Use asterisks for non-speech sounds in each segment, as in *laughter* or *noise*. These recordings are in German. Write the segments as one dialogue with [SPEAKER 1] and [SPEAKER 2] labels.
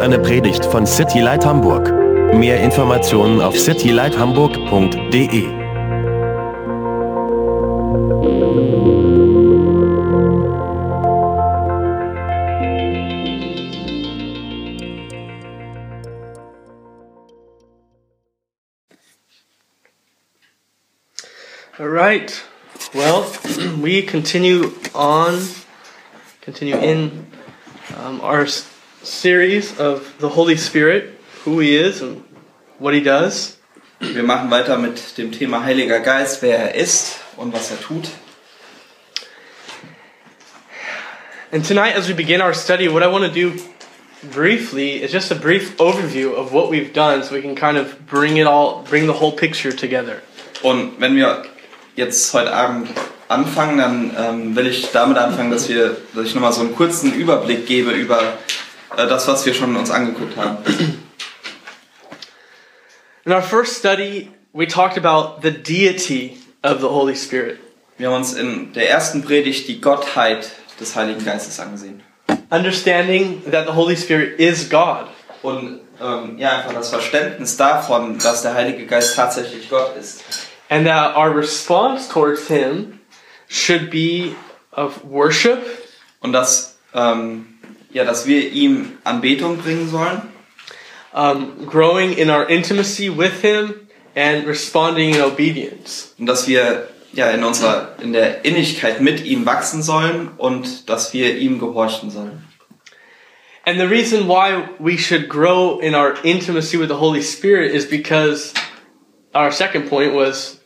[SPEAKER 1] eine Predigt von City Light Hamburg. Mehr Informationen auf citylighthamburg.de.
[SPEAKER 2] All right. Well, *clears throat* we continue on, continue in um, our s- series of the Holy Spirit, who He is and what He does.
[SPEAKER 3] Wir machen weiter mit dem Thema Heiliger Geist, wer er ist und was er tut.
[SPEAKER 2] And tonight, as we begin our study, what I want to do briefly is just a brief overview of what we've done, so we can kind of bring it all, bring the whole picture together.
[SPEAKER 3] Und wenn wir jetzt heute Abend anfangen, dann ähm, will ich damit anfangen, dass, wir, dass ich nochmal so einen kurzen Überblick gebe über äh, das, was wir schon uns angeguckt haben.
[SPEAKER 2] In our first study, we talked about the deity of the Holy Spirit.
[SPEAKER 3] Wir haben uns in der ersten Predigt die Gottheit des Heiligen Geistes angesehen.
[SPEAKER 2] Understanding that the Holy Spirit is God.
[SPEAKER 3] Und ähm, ja, einfach das Verständnis davon, dass der Heilige Geist tatsächlich Gott ist.
[SPEAKER 2] and that our response towards him should be of worship
[SPEAKER 3] Und dass, ähm, ja, dass wir ihm Anbetung bringen sollen
[SPEAKER 2] um, growing in our intimacy with him and responding in obedience
[SPEAKER 3] Und dass wir ja in unserer in der Innigkeit mit ihm wachsen sollen und dass wir ihm gehorchen sollen.
[SPEAKER 2] and the reason why we should grow in our intimacy with the holy spirit is because our second point was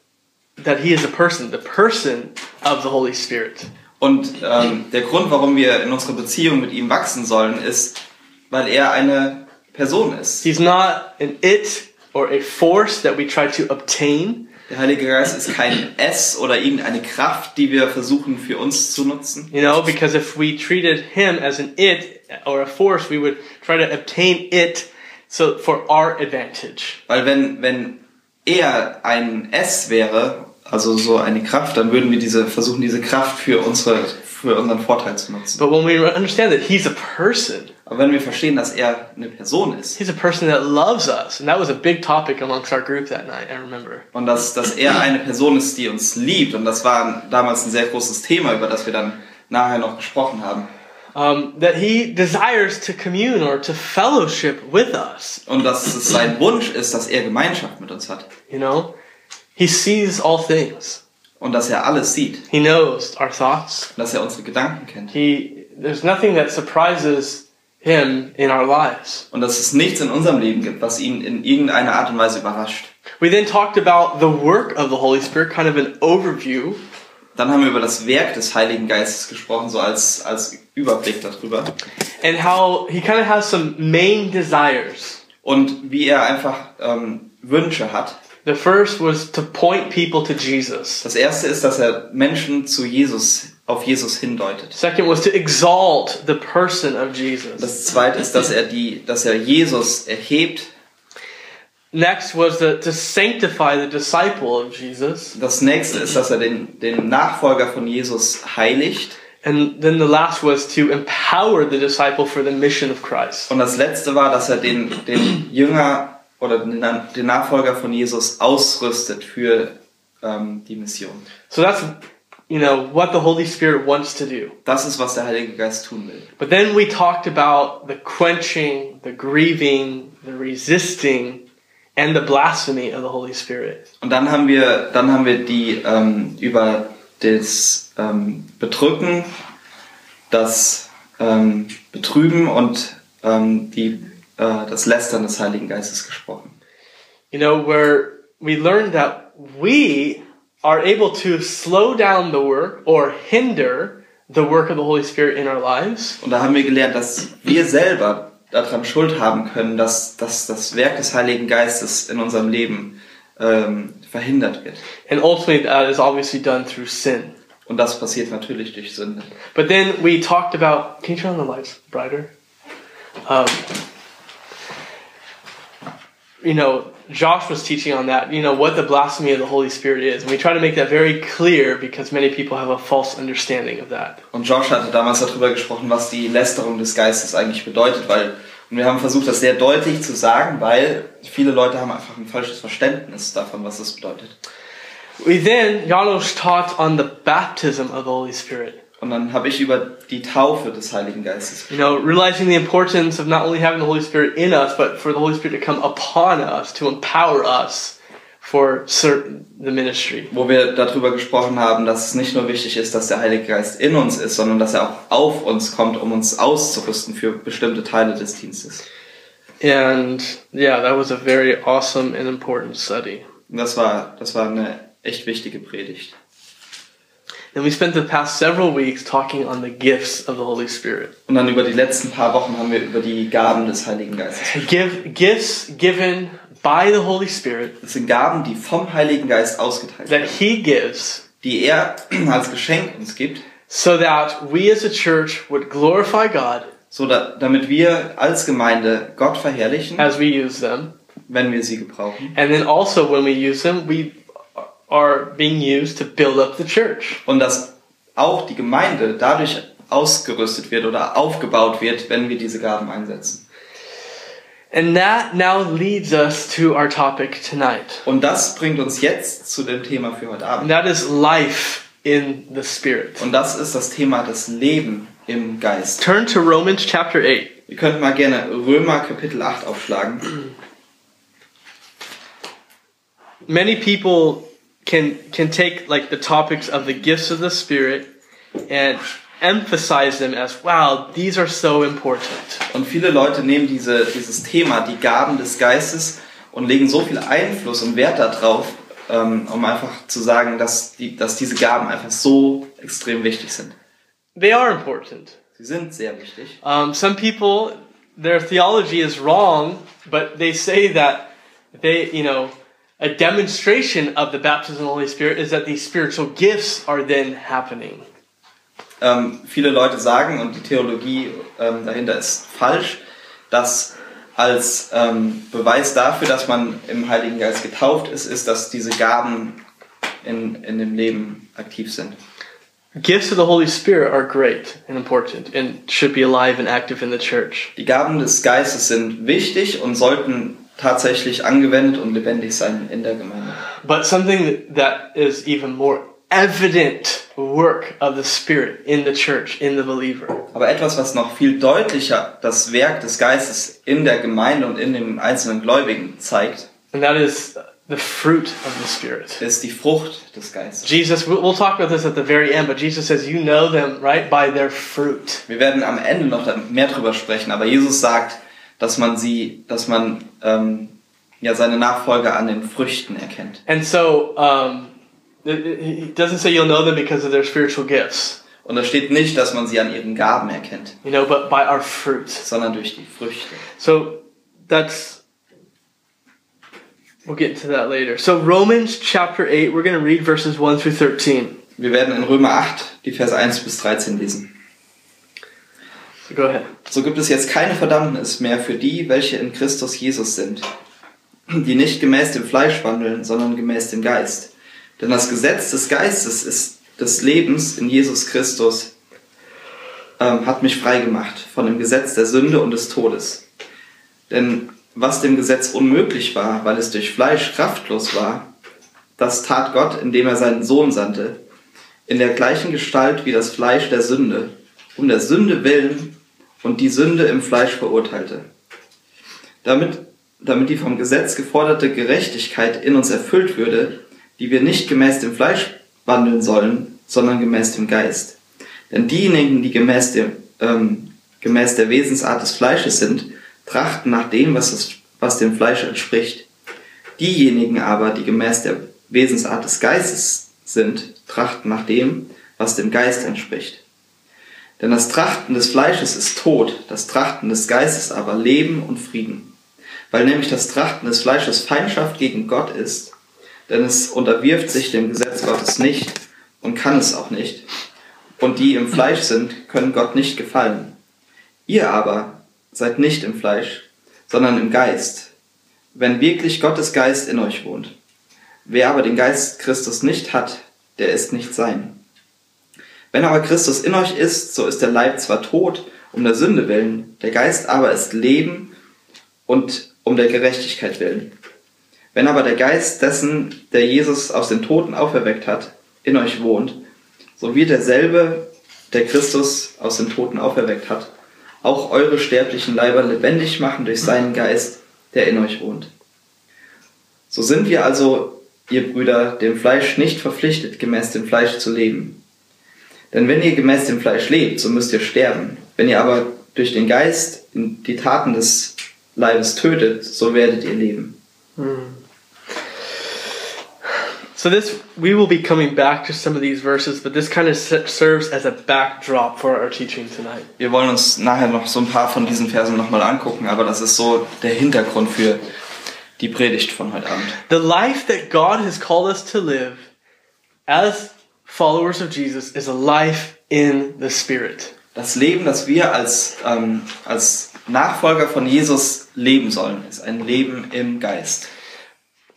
[SPEAKER 2] that he is a person the person of the holy spirit
[SPEAKER 3] Und ähm, der Grund, warum wir in unserer Beziehung mit ihm wachsen sollen, ist, weil er eine Person ist.
[SPEAKER 2] he's not an it or a force that we try to obtain
[SPEAKER 3] Der Heilige Geist ist kein S oder irgendeine Kraft, die wir versuchen für uns zu nutzen.
[SPEAKER 2] You know, because if we treated him as an it or a force, we would try to obtain it so for our advantage.
[SPEAKER 3] Weil wenn, wenn er ein S wäre, also so eine Kraft, dann würden wir diese versuchen, diese Kraft für unsere für unseren Vorteil zu nutzen.
[SPEAKER 2] But when we understand that he's a person,
[SPEAKER 3] Aber wenn wir verstehen, dass er eine Person ist,
[SPEAKER 2] he's a person that loves us, and that was a big topic amongst our group that night. I remember.
[SPEAKER 3] Und dass, dass er eine Person ist, die uns liebt. Und das war damals ein sehr großes Thema, über das wir dann nachher noch gesprochen haben.
[SPEAKER 2] Um, that he desires to commune or to fellowship with us.
[SPEAKER 3] Und dass es sein Wunsch ist, dass er Gemeinschaft mit uns hat.
[SPEAKER 2] You know, he sees all things.
[SPEAKER 3] Und dass er alles sieht. Und
[SPEAKER 2] He knows our thoughts.
[SPEAKER 3] dass er unsere Gedanken kennt.
[SPEAKER 2] He there's nothing that surprises him in our lives.
[SPEAKER 3] Und dass es nichts in unserem Leben gibt, was ihn in irgendeiner Art und Weise überrascht.
[SPEAKER 2] We then talked about the work of the Holy Spirit, kind of an overview,
[SPEAKER 3] Dann haben wir über das Werk des Heiligen Geistes gesprochen, so als, als Überblick darüber.
[SPEAKER 2] and how he kind of has some main desires.
[SPEAKER 3] Und wie er einfach ähm, Wünsche hat.
[SPEAKER 2] The first was to point people to Jesus.
[SPEAKER 3] Das erste ist, dass er Menschen zu Jesus, auf Jesus hindeutet.
[SPEAKER 2] Second was to exalt the person of Jesus.
[SPEAKER 3] Das zweite ist, dass er die, dass er Jesus erhebt.
[SPEAKER 2] Next was the, to sanctify the disciple of Jesus.
[SPEAKER 3] Das nächste ist, dass er den, den Nachfolger von Jesus heiligt.
[SPEAKER 2] And then the last was to empower the disciple for the mission of Christ.
[SPEAKER 3] Und das letzte war, dass er den, den Jünger oder den, den Nachfolger von Jesus ausrüstet für ähm, die Mission.
[SPEAKER 2] So that's, you know, what the Holy Spirit wants to do.
[SPEAKER 3] Das ist, was der Heilige Geist tun will.
[SPEAKER 2] But then we talked about the quenching, the grieving, the resisting, and the blasphemy of the Holy Spirit.
[SPEAKER 3] Und dann haben wir, dann haben wir die ähm, über das ähm, Bedrücken, das ähm, Betrüben und ähm, die, äh, das Lästern des Heiligen Geistes gesprochen.
[SPEAKER 2] You know, where we learned that we are able to slow down the work or hinder the work of the Holy Spirit in our lives
[SPEAKER 3] Und da haben wir gelernt, dass wir selber daran Schuld haben können, dass, dass das Werk des Heiligen Geistes in unserem Leben ähm, verhindert wird.
[SPEAKER 2] and ultimately that is obviously done through sin.
[SPEAKER 3] Und das passiert natürlich durch Sünde.
[SPEAKER 2] But then we talked about. Can you turn on the lights brighter? Um, you know, Josh was teaching on that. You know what the blasphemy of the Holy Spirit is, and we try to make that very clear because many people have a false understanding of that.
[SPEAKER 3] Und Josh hatte damals darüber gesprochen, was die Lästerung des Geistes eigentlich bedeutet, weil Und wir haben versucht, das sehr deutlich zu sagen, weil viele Leute haben einfach ein falsches Verständnis davon, was das bedeutet.
[SPEAKER 2] We then, Janos taught on the baptism of the Holy Spirit.
[SPEAKER 3] Und dann habe ich über die Taufe des Heiligen Geistes.
[SPEAKER 2] You know, realizing the importance of not only having the Holy Spirit in us, but for the Holy Spirit to come upon us, to empower us for certain, the ministry.
[SPEAKER 3] Wo wir darüber gesprochen haben, dass es nicht nur wichtig ist, dass der Heilige Geist in uns ist, sondern dass er auch auf uns kommt, um uns auszurüsten für bestimmte Teile des Dienstes.
[SPEAKER 2] And yeah, that was a very awesome and important study.
[SPEAKER 3] Und das war, das war eine echt wichtige Predigt.
[SPEAKER 2] And we spent the past several weeks talking on the gifts of the Holy Spirit.
[SPEAKER 3] Und dann über die letzten paar Wochen haben wir über die Gaben des Heiligen Geistes.
[SPEAKER 2] Give, gifts given by the Holy Spirit
[SPEAKER 3] Das sind Gaben, die vom Heiligen Geist ausgeteilt
[SPEAKER 2] that
[SPEAKER 3] werden,
[SPEAKER 2] He gives
[SPEAKER 3] die er *clears throat* als Geschenk uns gibt,
[SPEAKER 2] so that we as a church would glorify God
[SPEAKER 3] so da, damit wir als Gemeinde Gott verherrlichen,
[SPEAKER 2] as we use them.
[SPEAKER 3] wenn wir sie gebrauchen.
[SPEAKER 2] And then also when we use them, we are being used to build up the church.
[SPEAKER 3] Und dass auch die Gemeinde dadurch ausgerüstet wird oder aufgebaut wird, wenn wir diese Gaben einsetzen.
[SPEAKER 2] And that now leads us to our topic tonight.
[SPEAKER 3] Und das bringt uns jetzt zu dem Thema für heute
[SPEAKER 2] And
[SPEAKER 3] Abend.
[SPEAKER 2] that is life in the Spirit.
[SPEAKER 3] Und das ist das Thema das Leben im Geist.
[SPEAKER 2] Turn to Romans chapter 8.
[SPEAKER 3] Ihr könnt mal gerne Römer Kapitel 8 aufschlagen.
[SPEAKER 2] many people can can take like the topics of the gifts of the spirit and emphasize them as wow these are so important
[SPEAKER 3] Und viele Leute nehmen diese, dieses Thema, die Gaben des Geistes, und legen so viel Einfluss und Wert darauf, ähm, um einfach zu sagen, dass, die, dass diese Gaben einfach so extrem wichtig sind.
[SPEAKER 2] they are important
[SPEAKER 3] Sie sind sehr wichtig.
[SPEAKER 2] um, some people their theology is wrong but they say that they you know a demonstration of the baptism of the holy spirit is that these spiritual gifts are then happening
[SPEAKER 3] Ähm, viele Leute sagen, und die Theologie ähm, dahinter ist falsch, dass als ähm, Beweis dafür, dass man im Heiligen Geist getauft ist, ist, dass diese Gaben in, in dem Leben aktiv sind.
[SPEAKER 2] gifts of the holy spirit are great and important and should be alive and active in the church
[SPEAKER 3] Die Gaben des Geistes sind wichtig und sollten tatsächlich angewendet und lebendig sein in der Gemeinde.
[SPEAKER 2] But something that is even more evident work of the Spirit in the church, in the believer,
[SPEAKER 3] Aber etwas, was noch viel deutlicher das Werk des Geistes in der Gemeinde und in den einzelnen Gläubigen zeigt,
[SPEAKER 2] and that is the fruit of the Spirit.
[SPEAKER 3] ist die Frucht des Geistes.
[SPEAKER 2] Jesus, we'll we'll talk about this at the very end, but Jesus says, You know them, right, by their fruit.
[SPEAKER 3] Wir werden am Ende noch da- mehr drüber sprechen, aber Jesus sagt, dass man sie, dass man ähm, ja seine Nachfolger an den Früchten erkennt.
[SPEAKER 2] And so, um, it- it- he doesn't say you'll know them because of their spiritual gifts,
[SPEAKER 3] Und da steht nicht, dass man sie an ihren Gaben erkennt,
[SPEAKER 2] you know, but by our fruit.
[SPEAKER 3] sondern durch die Früchte.
[SPEAKER 2] So that's. We'll get into that later. So, Romans chapter 8, we're going to read verses 1 through 13.
[SPEAKER 3] Wir werden in Römer 8 die Verse 1 bis 13 lesen.
[SPEAKER 2] So, go ahead.
[SPEAKER 3] So gibt es jetzt keine Verdammnis mehr für die, welche in Christus Jesus sind, die nicht gemäß dem Fleisch wandeln, sondern gemäß dem Geist. Denn das Gesetz des Geistes ist des Lebens in Jesus Christus ähm, hat mich frei gemacht von dem Gesetz der Sünde und des Todes. Denn was dem Gesetz unmöglich war, weil es durch Fleisch kraftlos war, das tat Gott, indem er seinen Sohn sandte, in der gleichen Gestalt wie das Fleisch der Sünde, um der Sünde willen und die Sünde im Fleisch verurteilte. Damit, damit die vom Gesetz geforderte Gerechtigkeit in uns erfüllt würde, die wir nicht gemäß dem Fleisch wandeln sollen, sondern gemäß dem Geist. Denn diejenigen, die gemäß, dem, ähm, gemäß der Wesensart des Fleisches sind, trachten nach dem, was, das, was dem Fleisch entspricht. Diejenigen aber, die gemäß der Wesensart des Geistes sind, trachten nach dem, was dem Geist entspricht. Denn das Trachten des Fleisches ist Tod, das Trachten des Geistes aber Leben und Frieden. Weil nämlich das Trachten des Fleisches Feindschaft gegen Gott ist, denn es unterwirft sich dem Gesetz Gottes nicht und kann es auch nicht. Und die im Fleisch sind, können Gott nicht gefallen. Ihr aber seid nicht im Fleisch, sondern im Geist, wenn wirklich Gottes Geist in euch wohnt. Wer aber den Geist Christus nicht hat, der ist nicht sein. Wenn aber Christus in euch ist, so ist der Leib zwar tot, um der Sünde willen. Der Geist aber ist Leben und um der Gerechtigkeit willen. Wenn aber der Geist dessen, der Jesus aus den Toten auferweckt hat, in euch wohnt, so wird derselbe, der Christus aus den Toten auferweckt hat, auch eure sterblichen Leiber lebendig machen durch seinen Geist, der in euch wohnt. So sind wir also, ihr Brüder, dem Fleisch nicht verpflichtet, gemäß dem Fleisch zu leben. Denn wenn ihr gemäß dem Fleisch lebt, so müsst ihr sterben. Wenn ihr aber durch den Geist in die Taten des Leibes tötet, so werdet ihr leben.
[SPEAKER 2] So this we will be coming back to some of these verses, but this kind of se- serves as a backdrop for our teaching tonight.
[SPEAKER 3] Wir wollen uns nachher noch so ein paar von diesen Versen nochmal angucken, aber das ist so der Hintergrund für die Predigt von heute Abend.
[SPEAKER 2] The life that God has called us to live as followers of Jesus is a life in the Spirit.
[SPEAKER 3] Das Leben, das wir als, ähm, als Nachfolger von Jesus leben sollen, ist ein Leben im Geist.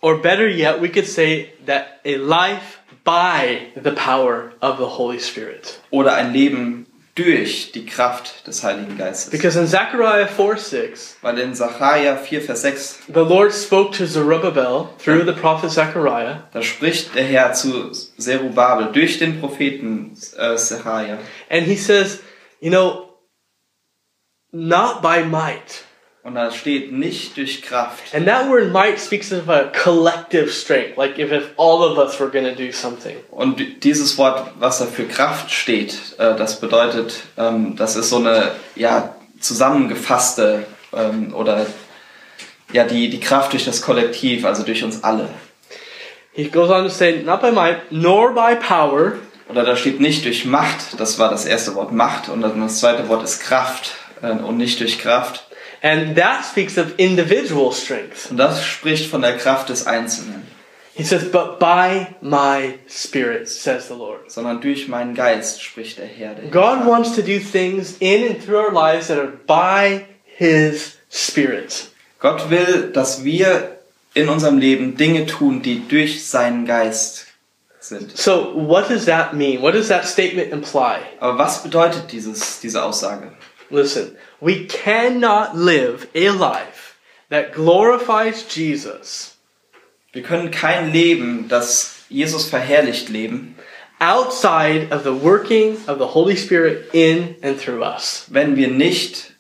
[SPEAKER 2] Or better yet, we could say that a life by the power of the Holy Spirit.
[SPEAKER 3] Oder ein Leben durch die Kraft des Heiligen Geistes.
[SPEAKER 2] Because in Zechariah 4 6,
[SPEAKER 3] Weil in Sacharja 4, Vers 6,
[SPEAKER 2] the Lord spoke to Zerubbabel through the prophet Zechariah,
[SPEAKER 3] da spricht der Herr zu Zerubabel durch den Propheten äh, Sacharja.
[SPEAKER 2] and he says, You know, not by might.
[SPEAKER 3] Und da steht nicht durch Kraft.
[SPEAKER 2] And that word might speaks of a collective strength, like if, if all of us were going to do something.
[SPEAKER 3] Und dieses Wort, was da für Kraft steht, äh, das bedeutet, ähm, das ist so eine ja, zusammengefasste ähm, oder ja, die, die Kraft durch das Kollektiv, also durch uns alle.
[SPEAKER 2] He goes on to say, Not by might, nor by power,
[SPEAKER 3] Oder da steht nicht durch Macht, das war das erste Wort Macht und dann das zweite Wort ist Kraft äh, und nicht durch Kraft.
[SPEAKER 2] and that speaks of individual strength.
[SPEAKER 3] Und das spricht von der Kraft des Einzelnen,
[SPEAKER 2] He says, But by my spirit, says the Lord.
[SPEAKER 3] sondern durch meinen Geist spricht der Herr. Der
[SPEAKER 2] God
[SPEAKER 3] Herr.
[SPEAKER 2] wants to do things in and through our lives that are by his spirit.
[SPEAKER 3] Gott will, dass wir in unserem Leben Dinge tun, die durch seinen Geist sind.
[SPEAKER 2] So, what does that mean? What does that statement imply?
[SPEAKER 3] Aber was bedeutet dieses, diese Aussage?
[SPEAKER 2] Listen, we cannot live a life that glorifies Jesus
[SPEAKER 3] Wir können kein Leben, das Jesus verherrlicht, leben,
[SPEAKER 2] outside of the working of the Holy Spirit in and through us.
[SPEAKER 3] wenn wir nicht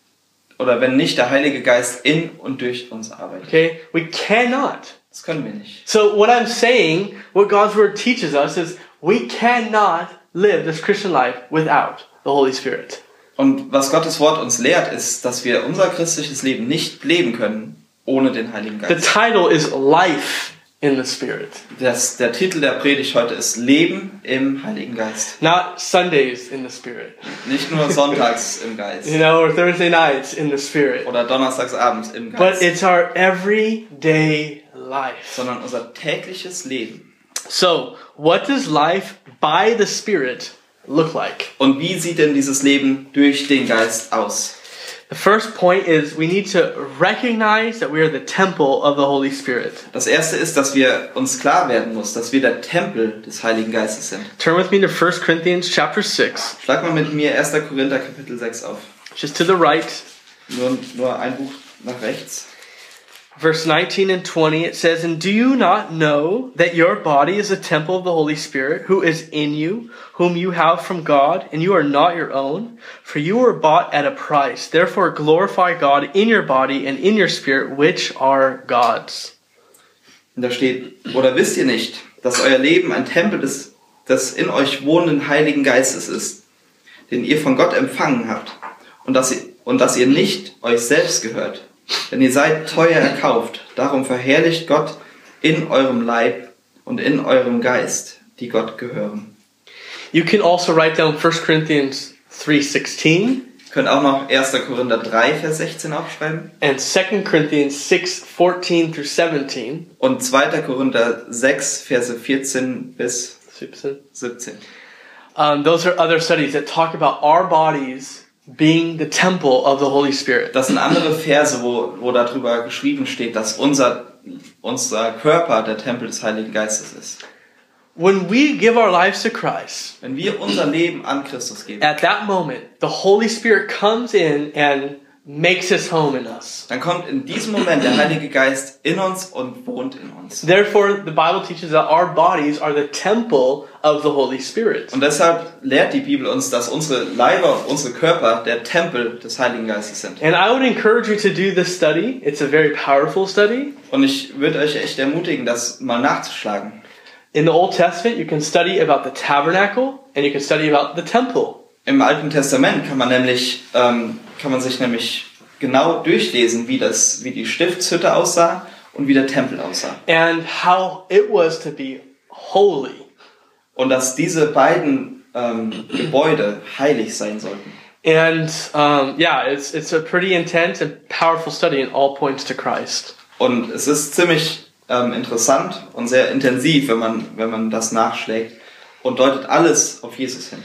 [SPEAKER 3] oder wenn nicht der Heilige Geist in und durch uns arbeitet.
[SPEAKER 2] Okay? We cannot.
[SPEAKER 3] Das können wir nicht.
[SPEAKER 2] So, what I'm saying, what God's Word teaches us is we cannot live this Christian life without the Holy Spirit.
[SPEAKER 3] Und was Gottes Wort uns lehrt, ist, dass wir unser christliches Leben nicht leben können ohne den Heiligen
[SPEAKER 2] The
[SPEAKER 3] Geist.
[SPEAKER 2] title is Life in the Spirit,
[SPEAKER 3] Das, der Titel der Predigt heute ist Leben im Heiligen Geist.
[SPEAKER 2] not Sundays in the Spirit,
[SPEAKER 3] Nicht nur sonntags im Geist
[SPEAKER 2] you know, or Thursday nights in the Spirit,
[SPEAKER 3] oder donnerstags abends im
[SPEAKER 2] but
[SPEAKER 3] Geist,
[SPEAKER 2] it's our everyday life.
[SPEAKER 3] sondern unser tägliches Leben.
[SPEAKER 2] So, what does life by the Spirit look like?
[SPEAKER 3] Und wie sieht denn dieses Leben durch den Geist aus?
[SPEAKER 2] The first point is we need to recognize that we are the temple of the Holy Spirit.
[SPEAKER 3] Das erste ist, dass wir uns klar werden muss, dass wir der Tempel des Heiligen Geistes sind.
[SPEAKER 2] Turn with me to 1 Corinthians chapter 6,
[SPEAKER 3] Schlag mal mit mir 1. Korinther Kapitel 6 auf.
[SPEAKER 2] just to the right,
[SPEAKER 3] Nur, nur ein Buch nach rechts.
[SPEAKER 2] verse 19 and 20. It says, "And do you not know that your body is a temple of the Holy Spirit who is in you, whom you have from God, and you are not your own? For you were bought at a price. Therefore glorify God in your body and in your spirit, which are God's."
[SPEAKER 3] Und da steht, oder wisst ihr nicht, dass euer Leben ein Tempel des, des in euch wohnenden Heiligen Geistes ist, den ihr von Gott empfangen habt, und dass, ihr, und dass ihr nicht euch selbst gehört, denn ihr seid teuer erkauft, darum verherrlicht Gott in eurem Leib und in eurem Geist, die Gott gehören.
[SPEAKER 2] You can also write down 1 Corinthians 3:16
[SPEAKER 3] Ihr könnt auch noch 1. Korinther 3, Vers 16 aufschreiben
[SPEAKER 2] and 2 Corinthians 6:14 through 17.
[SPEAKER 3] und 2. Korinther 6, Verse 14 bis 17.
[SPEAKER 2] Um, those are other studies that talk about our bodies being the temple of the Holy Spirit.
[SPEAKER 3] Das sind andere Verse, wo, wo darüber geschrieben steht, dass unser, unser Körper der Tempel des Heiligen Geistes ist.
[SPEAKER 2] When we give our lives to Christ,
[SPEAKER 3] Wenn wir unser Leben an Christus geben,
[SPEAKER 2] at that moment, the Holy Spirit comes in and makes his home in us.
[SPEAKER 3] dann kommt in diesem Moment der Heilige Geist in uns und wohnt in uns.
[SPEAKER 2] Therefore, the Bible teaches that our bodies are the temple of the Holy Spirit.
[SPEAKER 3] Und deshalb lehrt die Bibel uns, dass unsere Leiber und unsere Körper der Tempel des Heiligen Geistes sind.
[SPEAKER 2] And I would encourage you to do this study. It's a very powerful study.
[SPEAKER 3] Und ich würde euch echt ermutigen, das mal nachzuschlagen.
[SPEAKER 2] In the Old Testament, you can study about the tabernacle and you can study about the temple.
[SPEAKER 3] Im Alten Testament kann man nämlich, ähm, kann man sich nämlich genau durchlesen, wie das, wie die Stiftshütte aussah und wie der Tempel aussah.
[SPEAKER 2] and how it was to be holy.
[SPEAKER 3] Und dass diese beiden ähm, Gebäude heilig sein sollten.
[SPEAKER 2] And um, yeah, it's it's a pretty intense and powerful study, and all points to Christ.
[SPEAKER 3] Und es ist ziemlich ähm, interessant und sehr intensiv, wenn man, wenn man das nachschlägt und deutet alles auf Jesus hin.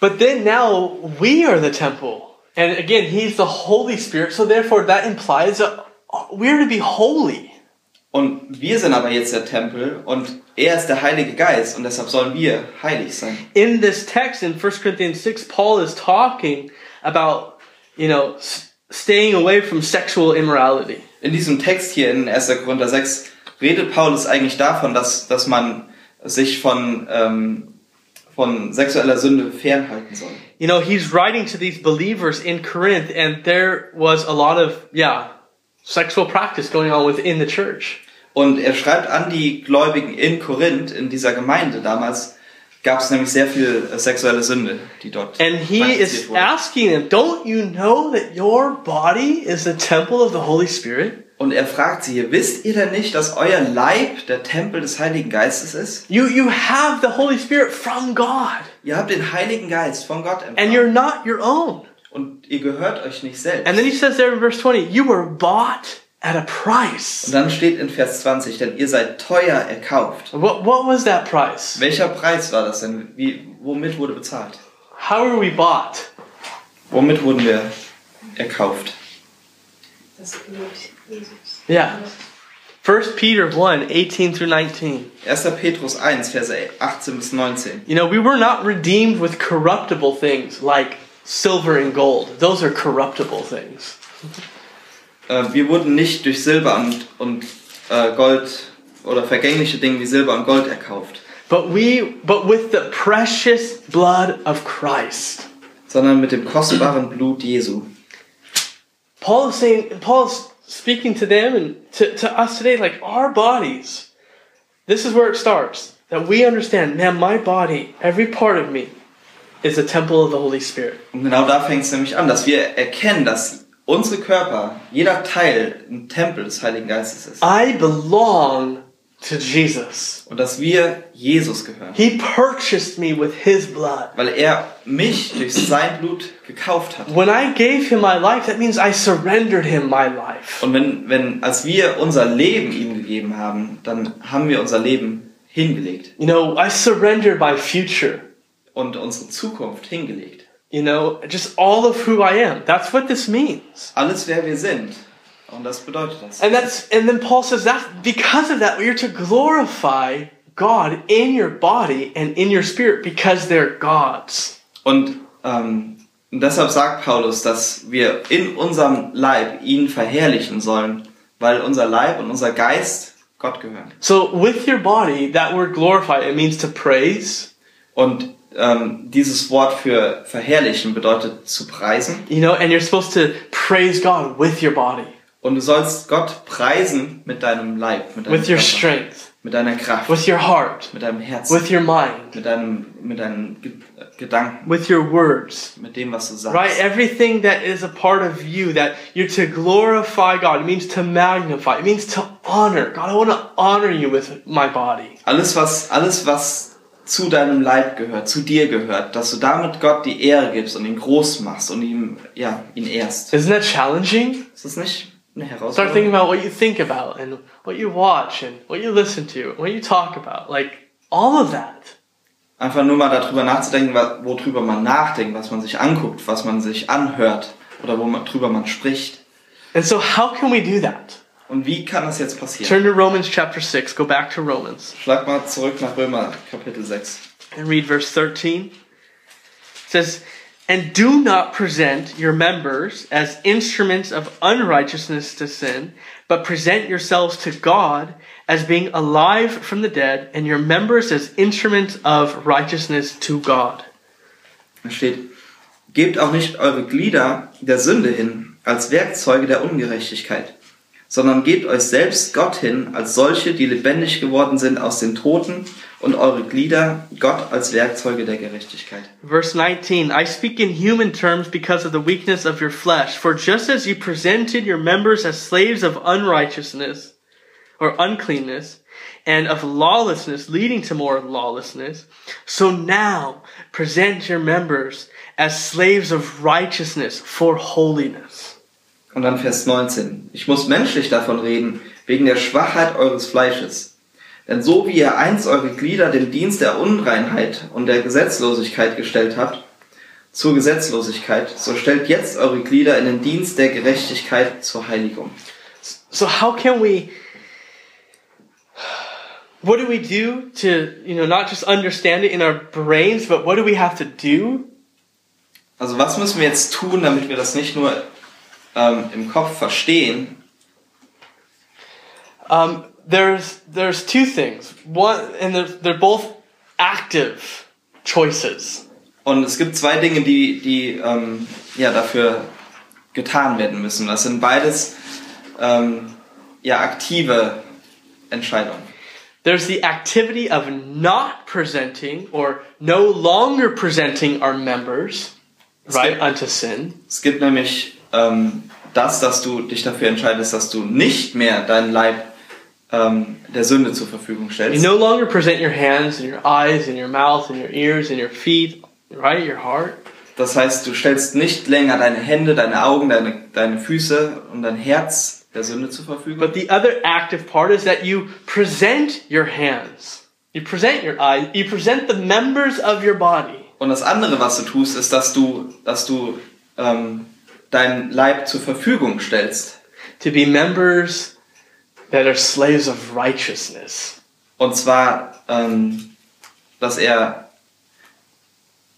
[SPEAKER 2] But then now we are the temple, and again, He's the Holy Spirit. So therefore, that implies that we're to be holy.
[SPEAKER 3] Und wir sind aber jetzt der Tempel und er ist der Heilige Geist und deshalb sollen wir heilig sein.
[SPEAKER 2] In this text in 1 Corinthians six, Paul is talking about you know s- staying away from sexual immorality.
[SPEAKER 3] In diesem Text hier in 1. Korinther 6 redet Paulus eigentlich davon, dass, dass man sich von, ähm, von sexueller Sünde fernhalten soll.
[SPEAKER 2] you know he's writing to these believers in corinth and there was a lot of yeah sexual practice going on within the church
[SPEAKER 3] Und er schreibt an die Gläubigen in Korinth, in dieser Gemeinde damals, gab es nämlich sehr viel äh, sexuelle Sünde, die dort
[SPEAKER 2] and he is
[SPEAKER 3] praktiziert wurde.
[SPEAKER 2] asking them don't you know that your body is the temple of the holy spirit
[SPEAKER 3] Und er fragt sie hier, wisst ihr denn nicht, dass euer Leib der Tempel des Heiligen Geistes ist?
[SPEAKER 2] you you have the holy spirit from god
[SPEAKER 3] Ihr habt den Heiligen Geist von Gott
[SPEAKER 2] and you're
[SPEAKER 3] empfangen
[SPEAKER 2] not your own
[SPEAKER 3] und ihr gehört euch nicht selbst.
[SPEAKER 2] and then he says there in verse 20 you were bought at a
[SPEAKER 3] Und
[SPEAKER 2] price
[SPEAKER 3] dann steht in Vers 20, denn ihr seid teuer erkauft.
[SPEAKER 2] what, what was that price
[SPEAKER 3] Welcher Preis war das denn? Wie, womit wurde bezahlt?
[SPEAKER 2] how were we bought
[SPEAKER 3] Womit wurden wir erkauft?
[SPEAKER 4] Das Blut Jesus.
[SPEAKER 2] yeah 1 peter 1 18 through 19
[SPEAKER 3] 1. Petrus 1, Verse 18 bis 19.
[SPEAKER 2] You know, we were not redeemed with corruptible things like silver and gold. Those are corruptible things.
[SPEAKER 3] Äh, wir wurden nicht durch Silber und, und äh, Gold oder vergängliche Dinge wie Silber und Gold erkauft,
[SPEAKER 2] But we but with the precious blood of Christ.
[SPEAKER 3] sondern mit dem kostbaren Blut Jesu.
[SPEAKER 2] Paul is saying Paul's speaking to them and to, to us today, like our bodies. This is where it starts. That we understand, man, my body, every part of me is a temple of the Holy Spirit.
[SPEAKER 3] Und genau da fängt es nämlich an, dass wir erkennen, dass unsere Körper, jeder Teil, ein Tempel des Heiligen Geistes ist.
[SPEAKER 2] I belong to Jesus.
[SPEAKER 3] Und dass wir Jesus gehören.
[SPEAKER 2] He purchased me with his blood.
[SPEAKER 3] weil er mich durch sein Blut gekauft hat.
[SPEAKER 2] When I gave him my life, that means I surrendered him my life.
[SPEAKER 3] Und wenn, wenn, als wir unser Leben ihm gegeben haben, dann haben wir unser Leben hingelegt
[SPEAKER 2] You know, I surrendered my future.
[SPEAKER 3] und unsere Zukunft hingelegt.
[SPEAKER 2] You know, just all of who I am. That's what this means.
[SPEAKER 3] Alles, wer wir sind. Und das bedeutet das.
[SPEAKER 2] And that's and then Paul says that because of that you're to glorify God in your body and in your spirit because they're God's.
[SPEAKER 3] Und ähm, und deshalb sagt Paulus, dass wir in unserem Leib ihn verherrlichen sollen, weil unser Leib und unser Geist Gott gehören.
[SPEAKER 2] So with your body, that word glorify, it means to praise.
[SPEAKER 3] Und ähm, dieses Wort für verherrlichen bedeutet zu preisen.
[SPEAKER 2] You know, and you're supposed to praise God with your body,
[SPEAKER 3] Und du sollst Gott preisen mit deinem Leib, mit, deinem
[SPEAKER 2] with your
[SPEAKER 3] Körper,
[SPEAKER 2] strength,
[SPEAKER 3] mit deiner Kraft,
[SPEAKER 2] with your heart,
[SPEAKER 3] mit deinem Herz,
[SPEAKER 2] with your mind,
[SPEAKER 3] mit deinem, mit deinen Ge äh, Gedanken,
[SPEAKER 2] with your words.
[SPEAKER 3] mit dem, was du sagst.
[SPEAKER 2] Right? Everything that is a part of you that you're to glorify God. It means to magnify. It means to honor. God, I want to honor you with my body.
[SPEAKER 3] Alles, was, alles, was zu deinem Leib gehört, zu dir gehört, dass du damit Gott die Ehre gibst und ihn groß machst und ihm, ja, ihn ehrst.
[SPEAKER 2] Isn't that challenging?
[SPEAKER 3] Ist das nicht eine
[SPEAKER 2] Start thinking
[SPEAKER 3] Herausforderung?
[SPEAKER 2] about what you think about and what you watch and what you listen to and what you talk about. Like all of that.
[SPEAKER 3] Einfach nur mal darüber nachzudenken, wa- worüber man nachdenkt, was man sich anguckt, was man sich anhört oder worüber man spricht.
[SPEAKER 2] And so how can we do that?
[SPEAKER 3] Und wie kann das jetzt passieren?
[SPEAKER 2] Turn to Romans chapter 6. Go back to Romans
[SPEAKER 3] Schlag mal zurück nach Römer Kapitel 6.
[SPEAKER 2] and read verse 13. It says, And do not present your members as instruments of unrighteousness to sin, but present yourselves to God as being alive from the dead, and your members as instruments of righteousness to God.
[SPEAKER 3] Da steht, gebt auch nicht eure Glieder der Sünde hin als Werkzeuge der Ungerechtigkeit, sondern gebt euch selbst Gott hin als solche, die lebendig geworden sind aus den Toten und eure Glieder Gott als Werkzeuge der Gerechtigkeit.
[SPEAKER 2] Verse 19 I speak in human terms because of the weakness of your flesh. For just as you presented your members as slaves of unrighteousness or uncleanness and of lawlessness, leading to more lawlessness, so now present your members as slaves of righteousness for holiness.
[SPEAKER 3] Und dann Vers 19. Ich muss menschlich davon reden, wegen der Schwachheit eures Fleisches. Denn so wie ihr einst eure Glieder dem Dienst der Unreinheit und der Gesetzlosigkeit gestellt habt, zur Gesetzlosigkeit, so stellt jetzt eure Glieder in den Dienst der Gerechtigkeit zur Heiligung.
[SPEAKER 2] So, how can we? What do we do to, you know, not just understand it in our brains, but what do we have to do
[SPEAKER 3] Also was müssen wir jetzt tun, damit wir das nicht nur ähm, im Kopf verstehen?
[SPEAKER 2] Um, there's there's two things. One, and they're, they're both active choices.
[SPEAKER 3] Und es gibt zwei Dinge, die, die ähm, ja, dafür getan werden müssen. Das sind beides ähm, ja, aktive Entscheidungen.
[SPEAKER 2] There's the activity of not presenting or no longer presenting our members right
[SPEAKER 3] Skip.
[SPEAKER 2] unto sin,
[SPEAKER 3] Es gibt nämlich ähm, das, dass du dich dafür entscheidest, dass du nicht mehr deinen Leib ähm, der Sünde zur Verfügung
[SPEAKER 2] you
[SPEAKER 3] stellst.
[SPEAKER 2] no longer present your hands and your eyes and your mouth and your ears and your feet, right, your heart
[SPEAKER 3] Das heißt, du stellst nicht länger deine Hände, deine Augen, deine, deine Füße und dein Herz der Sünde zur Verfügung.
[SPEAKER 2] But the other active part is that you present your hands, you present your eyes, you present the members of your body.
[SPEAKER 3] Und das andere, was du tust, ist, dass du, dass du ähm, deinen Leib zur Verfügung stellst.
[SPEAKER 2] to be members that are slaves of righteousness.
[SPEAKER 3] Und zwar, ähm, dass er,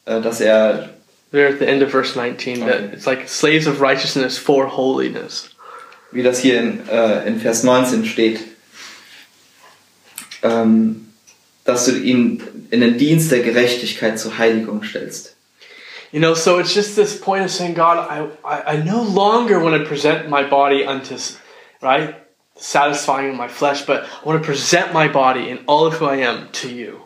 [SPEAKER 3] äh, dass er,
[SPEAKER 2] There at the end of verse 19, that
[SPEAKER 3] Okay.
[SPEAKER 2] it's like slaves of righteousness for holiness.
[SPEAKER 3] wie das hier in, äh, in Vers 19 steht, ähm, dass du ihn in den Dienst der Gerechtigkeit zur Heiligung stellst.
[SPEAKER 2] You know, so it's just this point of saying, God, I, I, I no longer want to present my body unto, s- right, satisfying my flesh, but I want to present my body and all of who I am to you.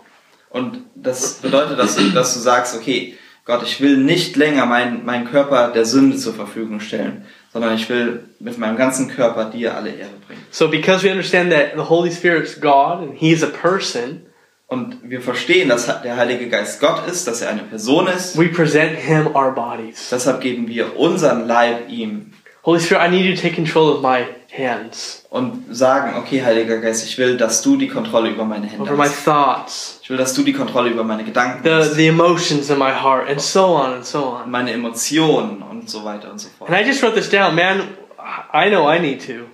[SPEAKER 3] Und das bedeutet, dass du, dass du sagst, okay, Gott, ich will nicht länger meinen meinen Körper der Sünde zur Verfügung stellen, sondern ich will mit meinem ganzen Körper dir alle Ehre bringen.
[SPEAKER 2] So because we understand that the Holy Spirit's God and He's a person,
[SPEAKER 3] Und wir verstehen, dass der Heilige Geist Gott ist, dass er eine Person ist.
[SPEAKER 2] we present Him our bodies.
[SPEAKER 3] Deshalb geben wir unseren Leib ihm
[SPEAKER 2] Holy Spirit, I need you to take control of my hands.
[SPEAKER 3] und sagen, okay, Heiliger Geist, ich will, dass du die Kontrolle über meine
[SPEAKER 2] over
[SPEAKER 3] Hände
[SPEAKER 2] my
[SPEAKER 3] hast.
[SPEAKER 2] thoughts,
[SPEAKER 3] Ich will, dass du die Kontrolle über meine Gedanken
[SPEAKER 2] the
[SPEAKER 3] hast,
[SPEAKER 2] the emotions in my heart, and so on and so on.
[SPEAKER 3] meine Emotionen und so weiter und so fort.
[SPEAKER 2] And I just wrote this down, man. I know I need to,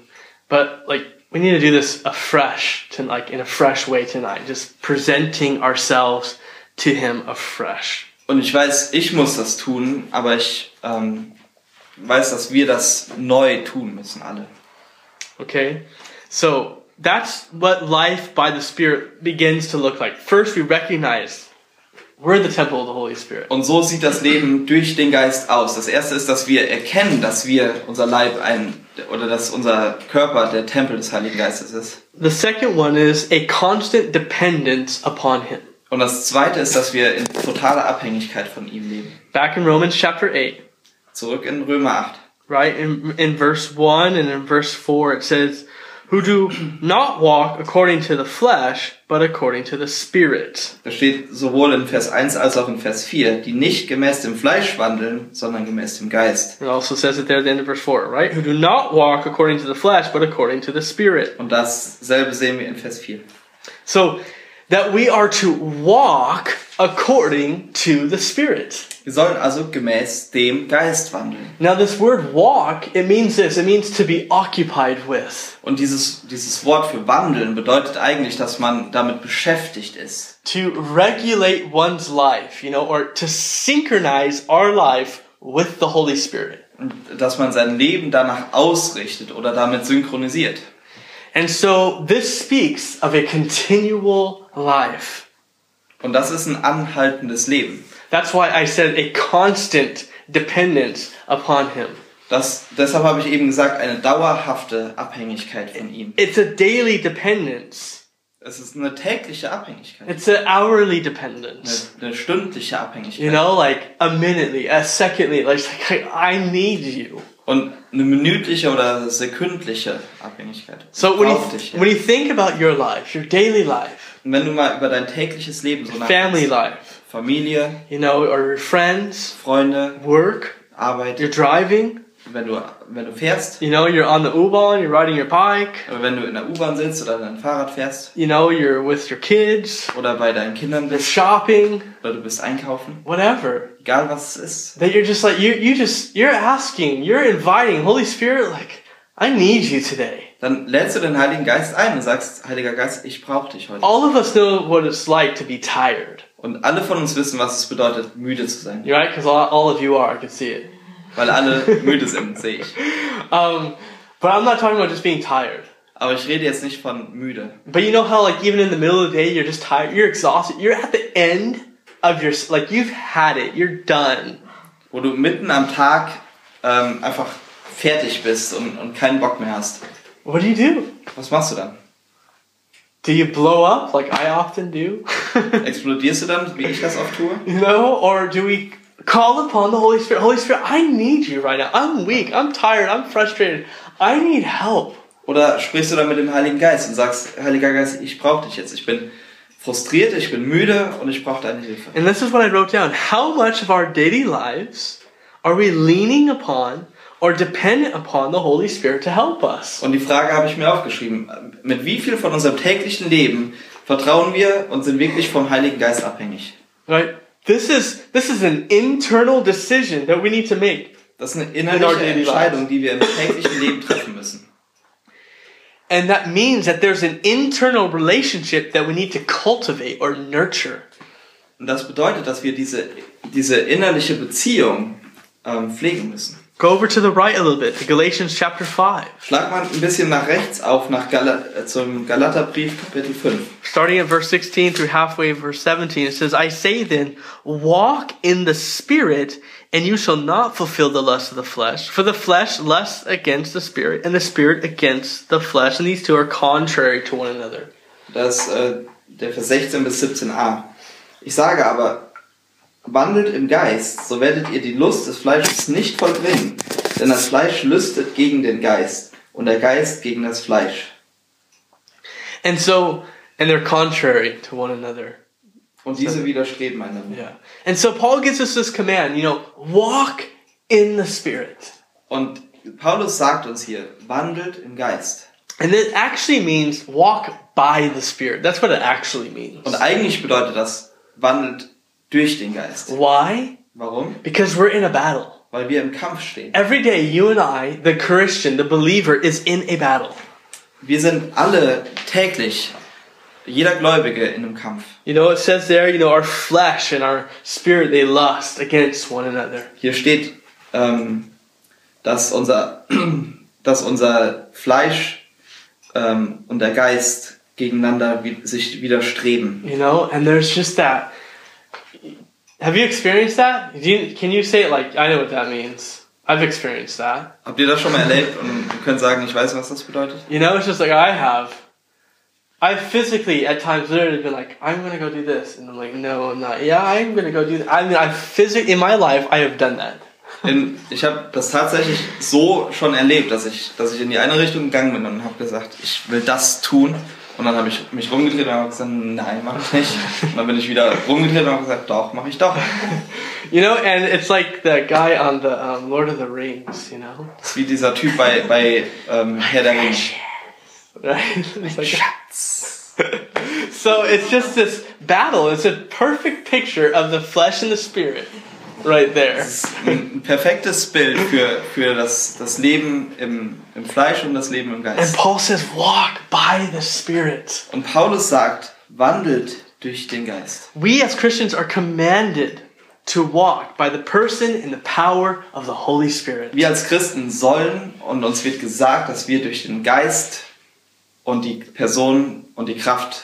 [SPEAKER 2] but like we need to do this afresh, to like in a fresh way tonight, just presenting ourselves to Him afresh.
[SPEAKER 3] Und ich weiß, ich muss das tun, aber ich ähm, weiß, dass wir das neu tun müssen, alle.
[SPEAKER 2] Okay, so that's what life by the Spirit begins to look like. First, we recognize we're the temple of the Holy Spirit.
[SPEAKER 3] Und so sieht das Leben durch den Geist aus. Das erste ist, dass wir erkennen, dass wir unser Leib ein oder dass unser Körper der Tempel des Heiligen Geistes ist.
[SPEAKER 2] The second one is a constant dependence upon Him.
[SPEAKER 3] Und das zweite ist, dass wir in totaler Abhängigkeit von ihm leben.
[SPEAKER 2] Back in Romans chapter eight.
[SPEAKER 3] Zurück in Römer 8.
[SPEAKER 2] right in, in verse 1 and in verse 4 it says who do not walk according to the flesh but according to the spirit
[SPEAKER 3] Da steht sowohl in Vers 1 als auch in Vers 4, die nicht gemäß dem Fleisch wandeln, sondern gemäß dem Geist.
[SPEAKER 2] it also says it there at the end of verse 4 right who do not walk according to the flesh but according to the spirit
[SPEAKER 3] Und dasselbe sehen wir in Vers 4.
[SPEAKER 2] so that we are to walk according to the Spirit.
[SPEAKER 3] Wir sollen also gemäß dem Geist wandeln.
[SPEAKER 2] Now, this word walk, it means this it means to be occupied with,
[SPEAKER 3] Und dieses, dieses Wort für wandeln bedeutet eigentlich, dass man damit beschäftigt ist.
[SPEAKER 2] to regulate one's life, you know, or to synchronize our life with the Holy Spirit.
[SPEAKER 3] dass man sein Leben danach ausrichtet oder damit synchronisiert.
[SPEAKER 2] And so, this speaks of a continual life.
[SPEAKER 3] Und das ist ein anhaltendes Leben.
[SPEAKER 2] That's why I said a constant dependence upon Him.
[SPEAKER 3] Das, deshalb habe ich eben gesagt, eine dauerhafte Abhängigkeit von ihm.
[SPEAKER 2] It's a daily dependence.
[SPEAKER 3] Es ist eine tägliche Abhängigkeit,
[SPEAKER 2] It's an hourly dependence.
[SPEAKER 3] eine, eine stündliche
[SPEAKER 2] You
[SPEAKER 3] Abhängigkeit
[SPEAKER 2] know, like a minutely, a secondly, like, *laughs* it's like, I I need you.
[SPEAKER 3] und eine minütliche oder sekündliche Abhängigkeit.
[SPEAKER 2] So when
[SPEAKER 3] Braucht
[SPEAKER 2] you
[SPEAKER 3] dich, ja.
[SPEAKER 2] when you think about your life, your daily life,
[SPEAKER 3] Und wenn du mal über dein tägliches Leben so
[SPEAKER 2] family
[SPEAKER 3] nachdenkst,
[SPEAKER 2] life,
[SPEAKER 3] Familie,
[SPEAKER 2] you know, or your friends,
[SPEAKER 3] Freunde,
[SPEAKER 2] work,
[SPEAKER 3] Arbeit,
[SPEAKER 2] you're driving,
[SPEAKER 3] wenn du wenn du fährst,
[SPEAKER 2] you know, you're on the U-Bahn, you're riding your bike,
[SPEAKER 3] wenn du in der U-Bahn sitzt oder dein Fahrrad fährst
[SPEAKER 2] you know, you're with your kids,
[SPEAKER 3] oder bei deinen Kindern
[SPEAKER 2] you're
[SPEAKER 3] bist
[SPEAKER 2] shopping,
[SPEAKER 3] oder du bist einkaufen.
[SPEAKER 2] whatever.
[SPEAKER 3] egal was es ist.
[SPEAKER 2] That you're just like you you just you're asking, you're inviting Holy Spirit like I need you today.
[SPEAKER 3] Dann lädst du den Heiligen Geist ein und sagst, Heiliger Geist, ich brauche dich heute.
[SPEAKER 2] All of us know what it's like to be tired,
[SPEAKER 3] Und alle von uns wissen, was es bedeutet, müde zu sein.
[SPEAKER 2] right? Because all, all of you are, I can see it.
[SPEAKER 3] Weil alle *laughs* müde sind, sehe ich.
[SPEAKER 2] Um, but I'm not talking about just being tired.
[SPEAKER 3] Aber ich rede jetzt nicht von müde.
[SPEAKER 2] But you know how, like, even in the middle of the day, you're just tired, you're exhausted, you're at the end of your, like, you've had it, you're done.
[SPEAKER 3] Wo du mitten am Tag ähm, einfach fertig bist und, und keinen Bock mehr hast.
[SPEAKER 2] What do you do?
[SPEAKER 3] Was machst du dann?
[SPEAKER 2] Do you blow up, like I often do?
[SPEAKER 3] Explodierst du dann, wie ich das oft tue?
[SPEAKER 2] you know, or do we call upon the Holy Spirit? Holy Spirit, I need you right now. I'm weak, I'm tired, I'm frustrated, I need help.
[SPEAKER 3] Oder sprichst du dann mit dem Heiligen Geist und sagst, Heiliger Geist, ich brauche dich jetzt. Ich bin frustriert, ich bin müde und ich brauche deine Hilfe.
[SPEAKER 2] And this is what I wrote down. How much of our daily lives are we leaning upon or dependent upon the Holy Spirit to help us?
[SPEAKER 3] Und die Frage habe ich mir aufgeschrieben. Mit wie viel von unserem täglichen Leben vertrauen wir und sind wirklich vom Heiligen Geist abhängig?
[SPEAKER 2] Right? This is this is an internal decision that we need to make.
[SPEAKER 3] Das ist eine
[SPEAKER 2] In our
[SPEAKER 3] innerliche
[SPEAKER 2] daily
[SPEAKER 3] Entscheidung, Genau die wir im täglichen Leben treffen müssen.
[SPEAKER 2] And that means that there's an internal relationship that we need to cultivate or nurture.
[SPEAKER 3] Und das bedeutet, dass wir diese, diese innerliche Beziehung ähm, pflegen müssen.
[SPEAKER 2] Go over to the right a little bit to Galatians chapter 5,
[SPEAKER 3] Schlag mal ein bisschen nach rechts auf nach Gala, äh, zum Galaterbrief Kapitel 5.
[SPEAKER 2] starting at verse 16 through halfway verse 17. It says, I say then, walk in the Spirit, and you shall not fulfill the lust of the flesh. For the flesh lusts against the Spirit, and the Spirit against the flesh. And these two are contrary to one another.
[SPEAKER 3] Das äh, der Vers 16 bis 17a. Ich sage aber, wandelt im Geist, so werdet ihr die Lust des Fleisches nicht vollbringen. Denn das Fleisch lüstet gegen den Geist und der Geist gegen das Fleisch.
[SPEAKER 2] And so, and they're contrary to one another.
[SPEAKER 3] Und diese widerstreben einander.
[SPEAKER 2] Yeah. And so Paul gives us this command, you know, walk in the Spirit.
[SPEAKER 3] Und Paulus sagt uns hier, wandelt im Geist.
[SPEAKER 2] And it actually means walk by the Spirit. That's what it actually means.
[SPEAKER 3] Und eigentlich bedeutet das, wandelt durch den Geist.
[SPEAKER 2] Why?
[SPEAKER 3] Warum?
[SPEAKER 2] Because we're in a battle.
[SPEAKER 3] Weil wir im Kampf stehen.
[SPEAKER 2] Every day, you and I, the Christian, the believer, is in a battle.
[SPEAKER 3] Wir sind alle täglich, jeder Gläubige in einem Kampf.
[SPEAKER 2] You know, it says there, you know, our flesh and our spirit, they lust against one another.
[SPEAKER 3] Hier steht, ähm, dass, unser, *clears throat* dass unser Fleisch ähm, und der Geist gegeneinander wi- sich widerstreben.
[SPEAKER 2] You know, and there's just that. Have you experienced that? Do you, can you say it like, I know what that means? I've experienced that.
[SPEAKER 3] Habt ihr das schon mal erlebt und ihr könnt sagen, ich weiß, was das bedeutet?
[SPEAKER 2] You know, it's just like I have. I've physically at times literally been like, I'm gonna go do this, and I'm like, no, I'm not. Yeah, I'm gonna go do that. I mean, I've physically in my life I have done that.
[SPEAKER 3] In, ich habe das tatsächlich so schon erlebt, dass ich, dass ich in die eine Richtung gegangen bin und habe gesagt, ich will das tun. Und dann habe ich mich rumgedreht und habe gesagt, nein, mach ich nicht. Und dann bin ich wieder rumgedreht und habe gesagt, doch, mache ich doch.
[SPEAKER 2] You know, and it's like the guy on the um, Lord of the Rings. You know, *laughs*
[SPEAKER 3] Das ist wie dieser Typ bei, bei ähm, Herr der Ringe.
[SPEAKER 2] right? It's like,
[SPEAKER 3] Schatz.
[SPEAKER 2] *laughs* So it's just this battle. It's a perfect picture of the flesh and the spirit right there.
[SPEAKER 3] Das ist ein perfektes Bild für, für das, das Leben im, im Fleisch und das Leben im
[SPEAKER 2] And
[SPEAKER 3] Geist.
[SPEAKER 2] Paul says, walk by the Spirit.
[SPEAKER 3] Und Paulus sagt, wandelt durch den Geist.
[SPEAKER 2] We as Christians are commanded to walk by the person and the power of the Holy Spirit.
[SPEAKER 3] Wir als Christen sollen und uns wird gesagt, dass wir durch den Geist und die Person und die Kraft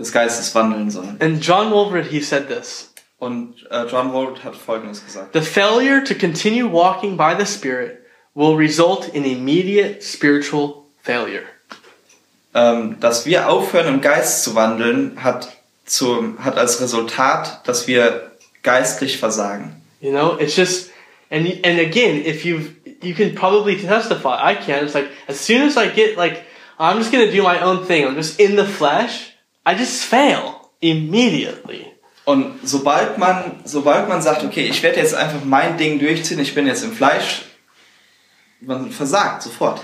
[SPEAKER 3] des Geistes wandeln sollen.
[SPEAKER 2] And John Wolford, he said this
[SPEAKER 3] Und äh, John Ward hat Folgendes gesagt.
[SPEAKER 2] The failure to continue walking by the Spirit will result in immediate spiritual failure.
[SPEAKER 3] Ähm, dass wir aufhören, im Geist zu wandeln, hat, zum, hat als Resultat, dass wir geistlich versagen.
[SPEAKER 2] You know, it's just, and and again, if you you can probably testify, I can. It's like as soon as I get like, I'm just gonna do my own thing. I'm just in the flesh. I just fail immediately.
[SPEAKER 3] Und sobald man, sobald man sagt, okay, ich werde jetzt einfach mein Ding durchziehen, ich bin jetzt im Fleisch, man versagt sofort.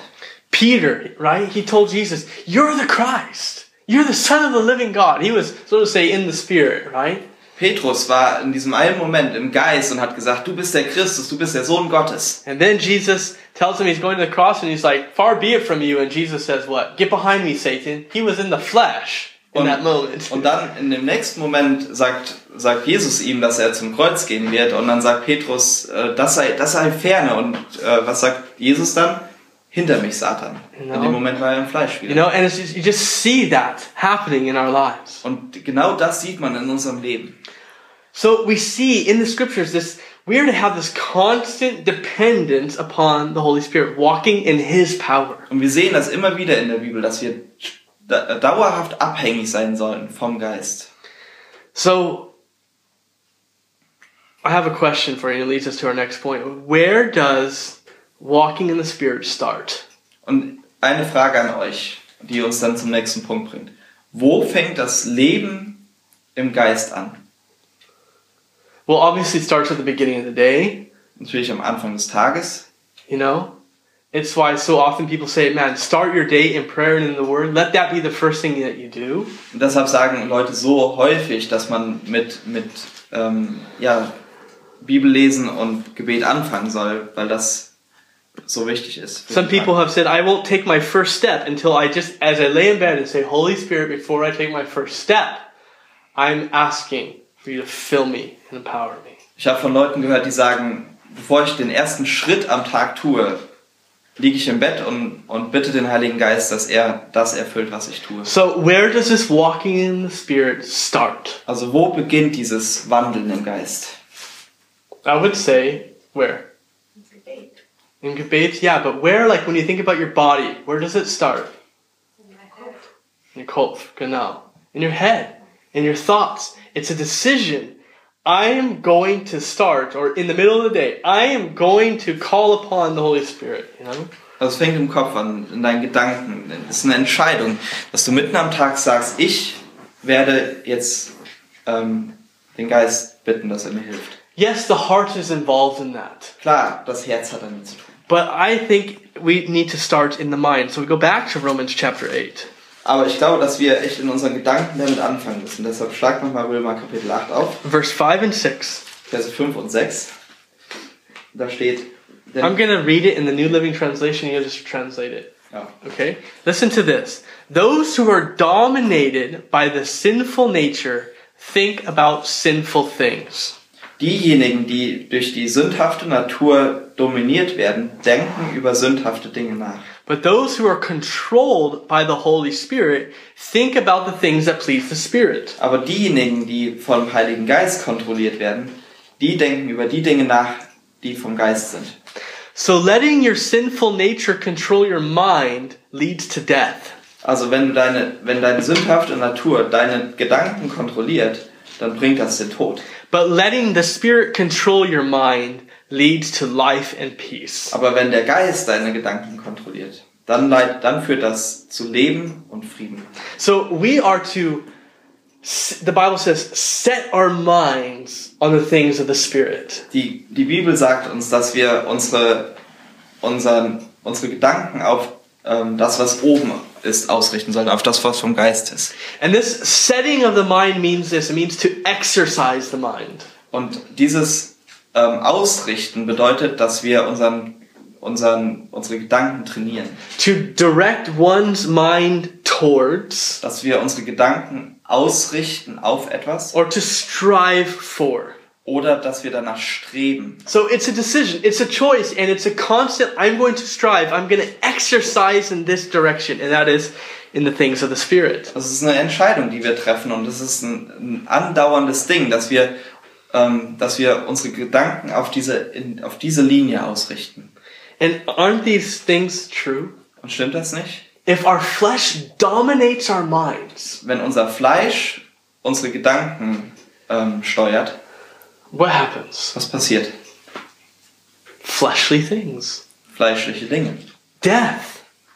[SPEAKER 2] Peter, right? He told Jesus, "You're the Christ. You're the Son of the Living God." He was so to say in the Spirit, right?
[SPEAKER 3] Petrus war in diesem einen Moment im Geist und hat gesagt, du bist der Christus, du bist der Sohn Gottes.
[SPEAKER 2] And then Jesus tells him he's going to the cross, and he's like, "Far be it from you." And Jesus says, "What? Get behind me, Satan." He was in the flesh in
[SPEAKER 3] Und,
[SPEAKER 2] that moment.
[SPEAKER 3] und dann in dem nächsten Moment sagt, sagt Jesus ihm, dass er zum Kreuz gehen wird und dann sagt Petrus, äh, das sei, das sei ferne und äh, was sagt Jesus dann? Hinter mich, Satan.
[SPEAKER 2] Genau.
[SPEAKER 3] In dem Moment war er im Fleisch
[SPEAKER 2] You
[SPEAKER 3] wieder.
[SPEAKER 2] know, and it's just, you just see that happening in our lives.
[SPEAKER 3] Und genau das sieht man in unserem Leben.
[SPEAKER 2] So we see in the scriptures this, we are to have this constant dependence upon the Holy Spirit, walking in His power.
[SPEAKER 3] Und wir sehen das immer wieder in der Bibel, dass wir da- dauerhaft abhängig sein sollen vom Geist.
[SPEAKER 2] So I have a question for you, and it leads us to our next point. Where does walking in the Spirit start?
[SPEAKER 3] Und eine Frage an euch, die uns dann zum nächsten Punkt bringt. Wo fängt das Leben im Geist an?
[SPEAKER 2] Well, obviously, it starts at the beginning of the day,
[SPEAKER 3] Natürlich am Anfang des Tages.
[SPEAKER 2] you know? It's why so often people say, man, start your day in prayer and in the Word. Let that be the first thing that you do.
[SPEAKER 3] Und deshalb sagen Leute so häufig, dass man mit, mit ähm, ja, Bibellesen und Gebet anfangen soll, weil das so wichtig ist.
[SPEAKER 2] Some people have said, I won't take my first step until I just, as I lay in bed and say, Holy Spirit, before I take my first step, I'm asking for you to fill me and empower me.
[SPEAKER 3] Ich habe von Leuten gehört, die sagen, bevor ich den ersten Schritt am Tag tue, liege ich im Bett und, und bitte den Heiligen Geist, dass er das erfüllt, was ich tue.
[SPEAKER 2] So, where does this walking in the Spirit start?
[SPEAKER 3] Also wo beginnt dieses Wandeln im Geist?
[SPEAKER 2] I would say, where?
[SPEAKER 4] Gebet.
[SPEAKER 2] In Gebet, yeah, but where, like when you think about your body, where does it start?
[SPEAKER 4] In my head.
[SPEAKER 2] In your Kopf, genau. In your head, in your thoughts. It's a decision. I am going to start, or in the middle of the day, I am going to call upon the Holy Spirit, you know?
[SPEAKER 3] Also es fängt im Kopf an, in deinen Gedanken. Es ist eine Entscheidung, dass du mitten am Tag sagst, ich werde jetzt ähm, den Geist bitten, dass er mir hilft.
[SPEAKER 2] Yes, the heart is involved in that.
[SPEAKER 3] Klar, das Herz hat damit zu tun.
[SPEAKER 2] But I think we need to start in the mind. So we go back to Romans chapter 8.
[SPEAKER 3] Aber ich glaube, dass wir echt in unseren Gedanken damit anfangen müssen. Deshalb schlag nochmal Römer Kapitel 8 auf.
[SPEAKER 2] Verse 5 and 6.
[SPEAKER 3] Verse 5 und 6. Da steht. Denn,
[SPEAKER 2] I'm going to read it in the New Living Translation. You just translate it.
[SPEAKER 3] ja.
[SPEAKER 2] Okay? Listen to this. Those who are dominated by the sinful nature think about sinful things.
[SPEAKER 3] Diejenigen, die durch die sündhafte Natur dominiert werden, denken über sündhafte Dinge nach.
[SPEAKER 2] But those who are controlled by the Holy Spirit think about the things that please the Spirit.
[SPEAKER 3] Aber diejenigen, die vom Heiligen Geist kontrolliert werden, die denken über die Dinge nach, die vom Geist sind.
[SPEAKER 2] So letting your sinful nature control your mind leads to death.
[SPEAKER 3] Also wenn du deine, wenn deine sündhafte Natur deine Gedanken kontrolliert, dann bringt das den Tod.
[SPEAKER 2] But letting the Spirit control your mind leads to life and peace.
[SPEAKER 3] Aber wenn der Geist deine Gedanken kontrolliert, dann, leid, dann führt das zu Leben und Frieden.
[SPEAKER 2] So we are to, the Bible says, set our minds on the things of the Spirit.
[SPEAKER 3] Die, die Bibel sagt uns, dass wir unsere, unseren, unsere Gedanken auf ähm, das, was oben ist, ausrichten sollten, auf das, was vom Geist ist.
[SPEAKER 2] And this setting of the mind means this it means to exercise the mind.
[SPEAKER 3] Und dieses ähm, Ausrichten bedeutet, dass wir unseren, unseren, unsere Gedanken trainieren.
[SPEAKER 2] To direct one's mind towards
[SPEAKER 3] Dass wir unsere Gedanken ausrichten auf etwas
[SPEAKER 2] or to strive for.
[SPEAKER 3] oder dass wir danach streben.
[SPEAKER 2] So it's a decision, it's a choice, and it's a constant I'm going to strive, I'm going to exercise in this direction, and that is in the things of the Spirit.
[SPEAKER 3] Das ist eine Entscheidung, die wir treffen und das ist ein, ein andauerndes Ding, dass wir, ähm, dass wir unsere Gedanken auf diese, in, auf diese Linie ausrichten.
[SPEAKER 2] And aren't these things true?
[SPEAKER 3] Und stimmt das nicht?
[SPEAKER 2] If our flesh dominates our minds,
[SPEAKER 3] Wenn unser Fleisch unsere Gedanken ähm, steuert,
[SPEAKER 2] what happens?
[SPEAKER 3] was passiert?
[SPEAKER 2] Fleshly things,
[SPEAKER 3] Fleischliche Dinge.
[SPEAKER 2] death,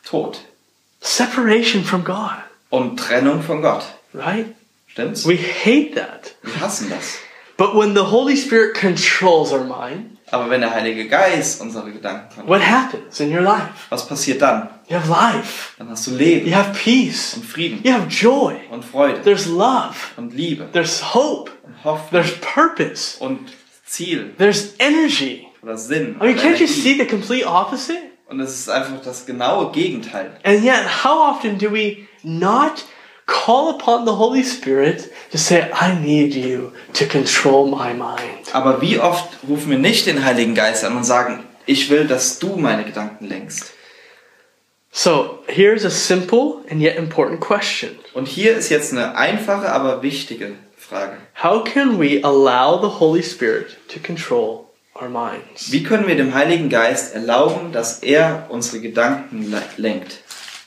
[SPEAKER 3] Tod.
[SPEAKER 2] separation from God,
[SPEAKER 3] und Trennung von Gott.
[SPEAKER 2] right?
[SPEAKER 3] Stimmt's?
[SPEAKER 2] We hate that.
[SPEAKER 3] Wir hassen das.
[SPEAKER 2] But when the Holy Spirit controls our mind,
[SPEAKER 3] Aber wenn der Heilige Geist unsere Gedanken kontrolliert,
[SPEAKER 2] what happens in your life?
[SPEAKER 3] was passiert dann?
[SPEAKER 2] You have life,
[SPEAKER 3] Dann hast du Leben
[SPEAKER 2] you have peace,
[SPEAKER 3] und Frieden
[SPEAKER 2] you have joy,
[SPEAKER 3] und Freude
[SPEAKER 2] there's love.
[SPEAKER 3] und Liebe
[SPEAKER 2] There's hope.
[SPEAKER 3] und Hoffnung
[SPEAKER 2] There's purpose.
[SPEAKER 3] und Ziel
[SPEAKER 2] There's energy.
[SPEAKER 3] oder Sinn.
[SPEAKER 2] I mean,
[SPEAKER 3] oder
[SPEAKER 2] can't you
[SPEAKER 3] Energie.
[SPEAKER 2] see the complete opposite?
[SPEAKER 3] Und es ist einfach das genaue Gegenteil.
[SPEAKER 2] And yet, how often do we not call upon the Holy Spirit to say, I need you to control my mind?
[SPEAKER 3] Aber wie oft rufen wir nicht den Heiligen Geist an und sagen, ich will, dass du meine Gedanken lenkst.
[SPEAKER 2] So, here's a simple and yet important question
[SPEAKER 3] Und hier ist jetzt eine einfache, aber wichtige Frage.
[SPEAKER 2] How can we allow the Holy Spirit to control our minds?
[SPEAKER 3] Wie können wir dem Heiligen Geist erlauben, dass er unsere Gedanken le- lenkt?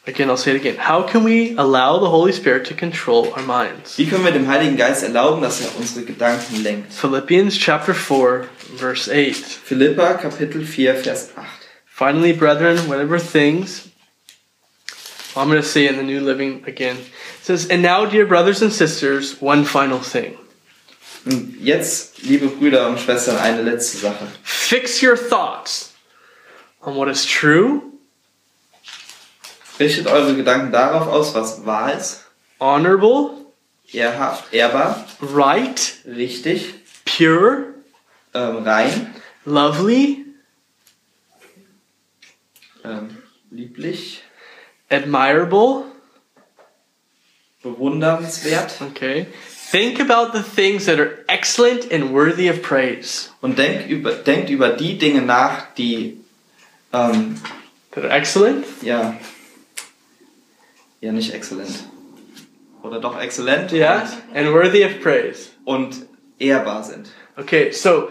[SPEAKER 2] Again, I'll say it again. How can we allow the Holy Spirit to control our minds?
[SPEAKER 3] Wie können wir dem Heiligen Geist erlauben, dass er unsere Gedanken lenkt?
[SPEAKER 2] Philippians chapter 4, verse 8.
[SPEAKER 3] Philippa Kapitel 4, Vers 8.
[SPEAKER 2] Finally, brethren, whatever things. I'm going to say in the New Living again. It says, And now, dear brothers and sisters, one final thing.
[SPEAKER 3] Und jetzt, liebe Brüder und Schwestern, eine letzte Sache.
[SPEAKER 2] Fix your thoughts on what is true,
[SPEAKER 3] Richtet eure Gedanken darauf aus, was wahr ist,
[SPEAKER 2] honorable,
[SPEAKER 3] ehrhaft, ehrbar,
[SPEAKER 2] right,
[SPEAKER 3] richtig,
[SPEAKER 2] pure,
[SPEAKER 3] ähm, rein,
[SPEAKER 2] lovely,
[SPEAKER 3] ähm, lieblich,
[SPEAKER 2] admirable.
[SPEAKER 3] bewundernswert.
[SPEAKER 2] Okay. Think about the things that are excellent and worthy of praise.
[SPEAKER 3] Und denkt über, denkt über die Dinge nach, die, ähm,
[SPEAKER 2] That are excellent?
[SPEAKER 3] ja, ja, nicht exzellent. Oder doch exzellent
[SPEAKER 2] Yeah. And worthy of praise.
[SPEAKER 3] und ehrbar sind.
[SPEAKER 2] Okay, so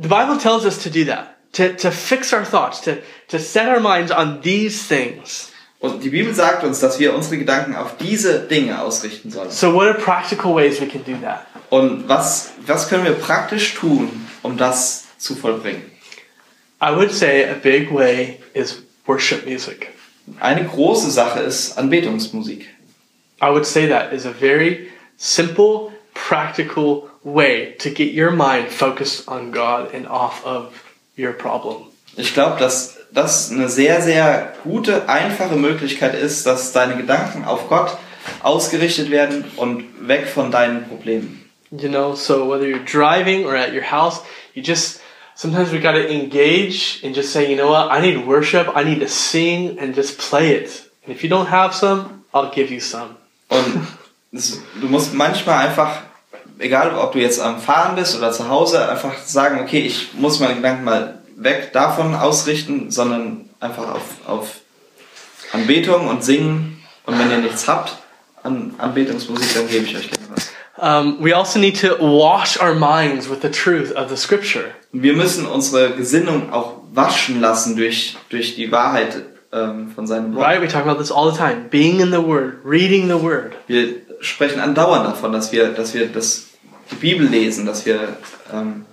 [SPEAKER 2] the Bible tells us to do that, to, to fix our thoughts, to, to set our minds on these things.
[SPEAKER 3] Und die Bibel sagt uns, dass wir unsere Gedanken auf diese Dinge ausrichten sollen.
[SPEAKER 2] So, what are practical ways we can do that?
[SPEAKER 3] Und was, was können wir praktisch tun, um das zu vollbringen?
[SPEAKER 2] I would say a big way is worship music.
[SPEAKER 3] Eine große Sache ist Anbetungsmusik.
[SPEAKER 2] I would say that is a very simple, practical way to get your mind focused on God and off of your problem.
[SPEAKER 3] Ich glaube, dass das eine sehr, sehr gute, einfache Möglichkeit ist, dass deine Gedanken auf Gott ausgerichtet werden und weg von deinen Problemen.
[SPEAKER 2] You know, so whether you're driving or at your house, you just sometimes we got to engage and just say, you know what, I need worship, I need to sing and just play it. And if you don't have some, I'll give you some.
[SPEAKER 3] Und es, du musst manchmal einfach, egal ob du jetzt am Fahren bist oder zu Hause, einfach sagen, okay, ich muss meine Gedanken mal weg davon ausrichten, sondern einfach auf, auf Anbetung und Singen. Und wenn ihr nichts habt an Anbetungsmusik, dann gebe ich euch gerne was.
[SPEAKER 2] Um, we also need to wash our minds with the truth of the scripture.
[SPEAKER 3] Und wir müssen unsere Gesinnung auch waschen lassen durch, durch die Wahrheit ähm, von seinem Wort.
[SPEAKER 2] Right? We talk about this all the time. Being in the word, reading the word.
[SPEAKER 3] Wir sprechen andauernd davon, dass wir, dass wir das, die Bibel lesen, dass wir, ähm,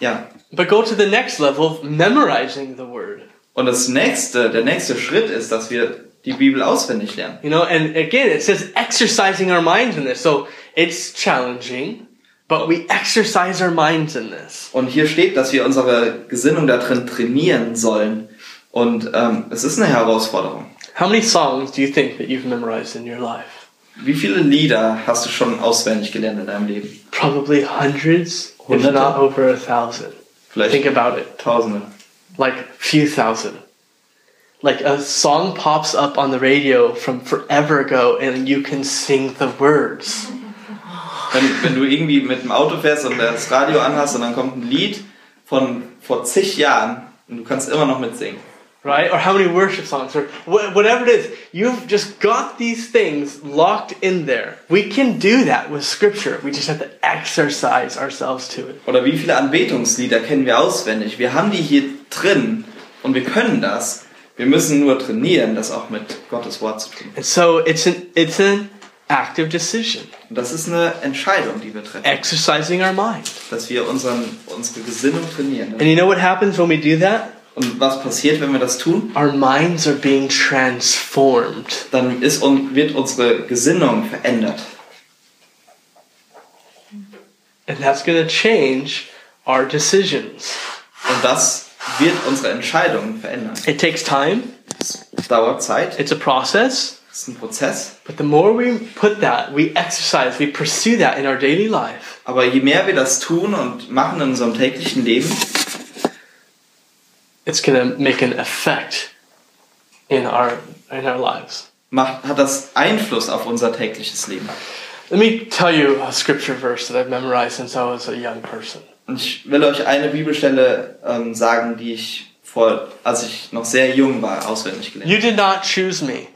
[SPEAKER 3] ja,
[SPEAKER 2] But go to the next level of memorizing the word.
[SPEAKER 3] Und das nächste, der nächste Schritt ist, dass wir die Bibel auswendig lernen.
[SPEAKER 2] You know, and again, it says exercising our minds in this. So it's challenging, but we exercise our minds in this.
[SPEAKER 3] Und hier steht, dass wir unsere Gesinnung da drin trainieren sollen. Und ähm, es ist eine Herausforderung.
[SPEAKER 2] How many songs do you think that you've memorized in your life?
[SPEAKER 3] Wie viele Lieder hast du schon auswendig gelernt in deinem Leben?
[SPEAKER 2] Probably hundreds, if
[SPEAKER 3] Hunderte?
[SPEAKER 2] not over a thousand. Think
[SPEAKER 3] Vielleicht
[SPEAKER 2] about it.
[SPEAKER 3] Tausende.
[SPEAKER 2] Like few thousand. Like a song pops up on the radio from forever ago and you can sing the words.
[SPEAKER 3] Wenn, wenn du irgendwie mit dem Auto fährst und das Radio anhast und dann kommt ein Lied von vor zig Jahren und du kannst immer noch mitsingen.
[SPEAKER 2] right? Or how many worship songs, or wh- whatever it is. You've just got these things locked in there. We can do that with Scripture. We just have to exercise ourselves to it.
[SPEAKER 3] Oder wie viele Anbetungslieder kennen wir auswendig? Wir haben die hier drin und wir können das. Wir müssen nur trainieren, das auch mit Gottes Wort zu tun.
[SPEAKER 2] And so it's an it's an active decision,
[SPEAKER 3] Und das ist eine Entscheidung, die wir treffen,
[SPEAKER 2] exercising our mind.
[SPEAKER 3] dass wir unseren, unsere Gesinnung trainieren.
[SPEAKER 2] And you know what happens when we do that?
[SPEAKER 3] Und was passiert, wenn wir das tun?
[SPEAKER 2] Our minds are being transformed.
[SPEAKER 3] Dann ist und wird unsere Gesinnung verändert.
[SPEAKER 2] And that's going to change our decisions.
[SPEAKER 3] Und das wird unsere Entscheidung verändern.
[SPEAKER 2] It takes time.
[SPEAKER 3] Es dauert Zeit,
[SPEAKER 2] It's a process.
[SPEAKER 3] es ist ein Prozess.
[SPEAKER 2] But the more we put that, we exercise, we pursue that in our daily life,
[SPEAKER 3] Aber je mehr wir das tun und machen in unserem täglichen Leben,
[SPEAKER 2] it's going to make an effect in our in our lives.
[SPEAKER 3] macht, hat das Einfluss auf unser tägliches Leben.
[SPEAKER 2] Let me tell you a scripture verse that I've memorized since I was a young person.
[SPEAKER 3] Und ich will euch eine Bibelstelle ähm, sagen, die ich vor, als ich noch sehr jung war, auswendig gelernt
[SPEAKER 2] You did not choose me,
[SPEAKER 3] habe.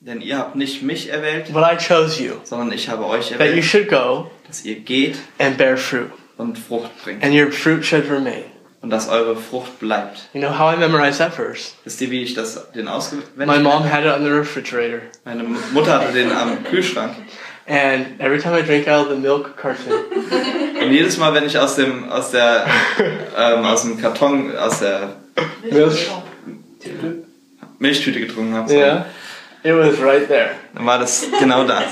[SPEAKER 3] Denn ihr habt nicht mich erwählt,
[SPEAKER 2] but I chose you.
[SPEAKER 3] sondern ich habe euch
[SPEAKER 2] That you
[SPEAKER 3] erwählt,
[SPEAKER 2] should go
[SPEAKER 3] dass ihr geht
[SPEAKER 2] and bear fruit,
[SPEAKER 3] und Frucht bringt
[SPEAKER 2] and your fruit should remain.
[SPEAKER 3] und dass eure Frucht bleibt.
[SPEAKER 2] You know how I memorized that verse?
[SPEAKER 3] Wisst ihr, wie ich das den
[SPEAKER 2] My
[SPEAKER 3] auswendig?
[SPEAKER 2] mom had it on the refrigerator,
[SPEAKER 3] Meine Mutter hatte den am Kühlschrank.
[SPEAKER 2] and every time I drink out of the milk carton, *laughs*
[SPEAKER 3] Und jedes Mal, wenn ich aus dem aus der ähm, aus dem Karton aus der Milchtüte getrunken habe,
[SPEAKER 2] yeah, it was right there.
[SPEAKER 3] dann war das genau das.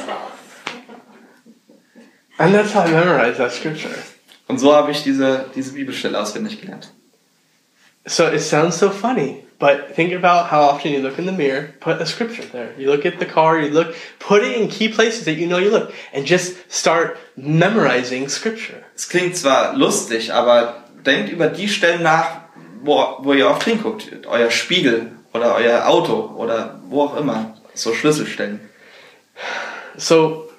[SPEAKER 2] And that's how I memorized that scripture.
[SPEAKER 3] Und so habe ich diese diese Bibelstelle auswendig gelernt.
[SPEAKER 2] So it sounds so funny, but think about how often you look in the mirror, put a scripture there. You look at the car, you look, put it in key places that you know you look, and just start memorizing scripture.
[SPEAKER 3] Es klingt zwar lustig, aber denkt über die Stellen nach, wo, wo ihr oft hinguckt. Euer Spiegel oder euer Auto oder wo auch immer. So Schlüsselstellen.
[SPEAKER 2] So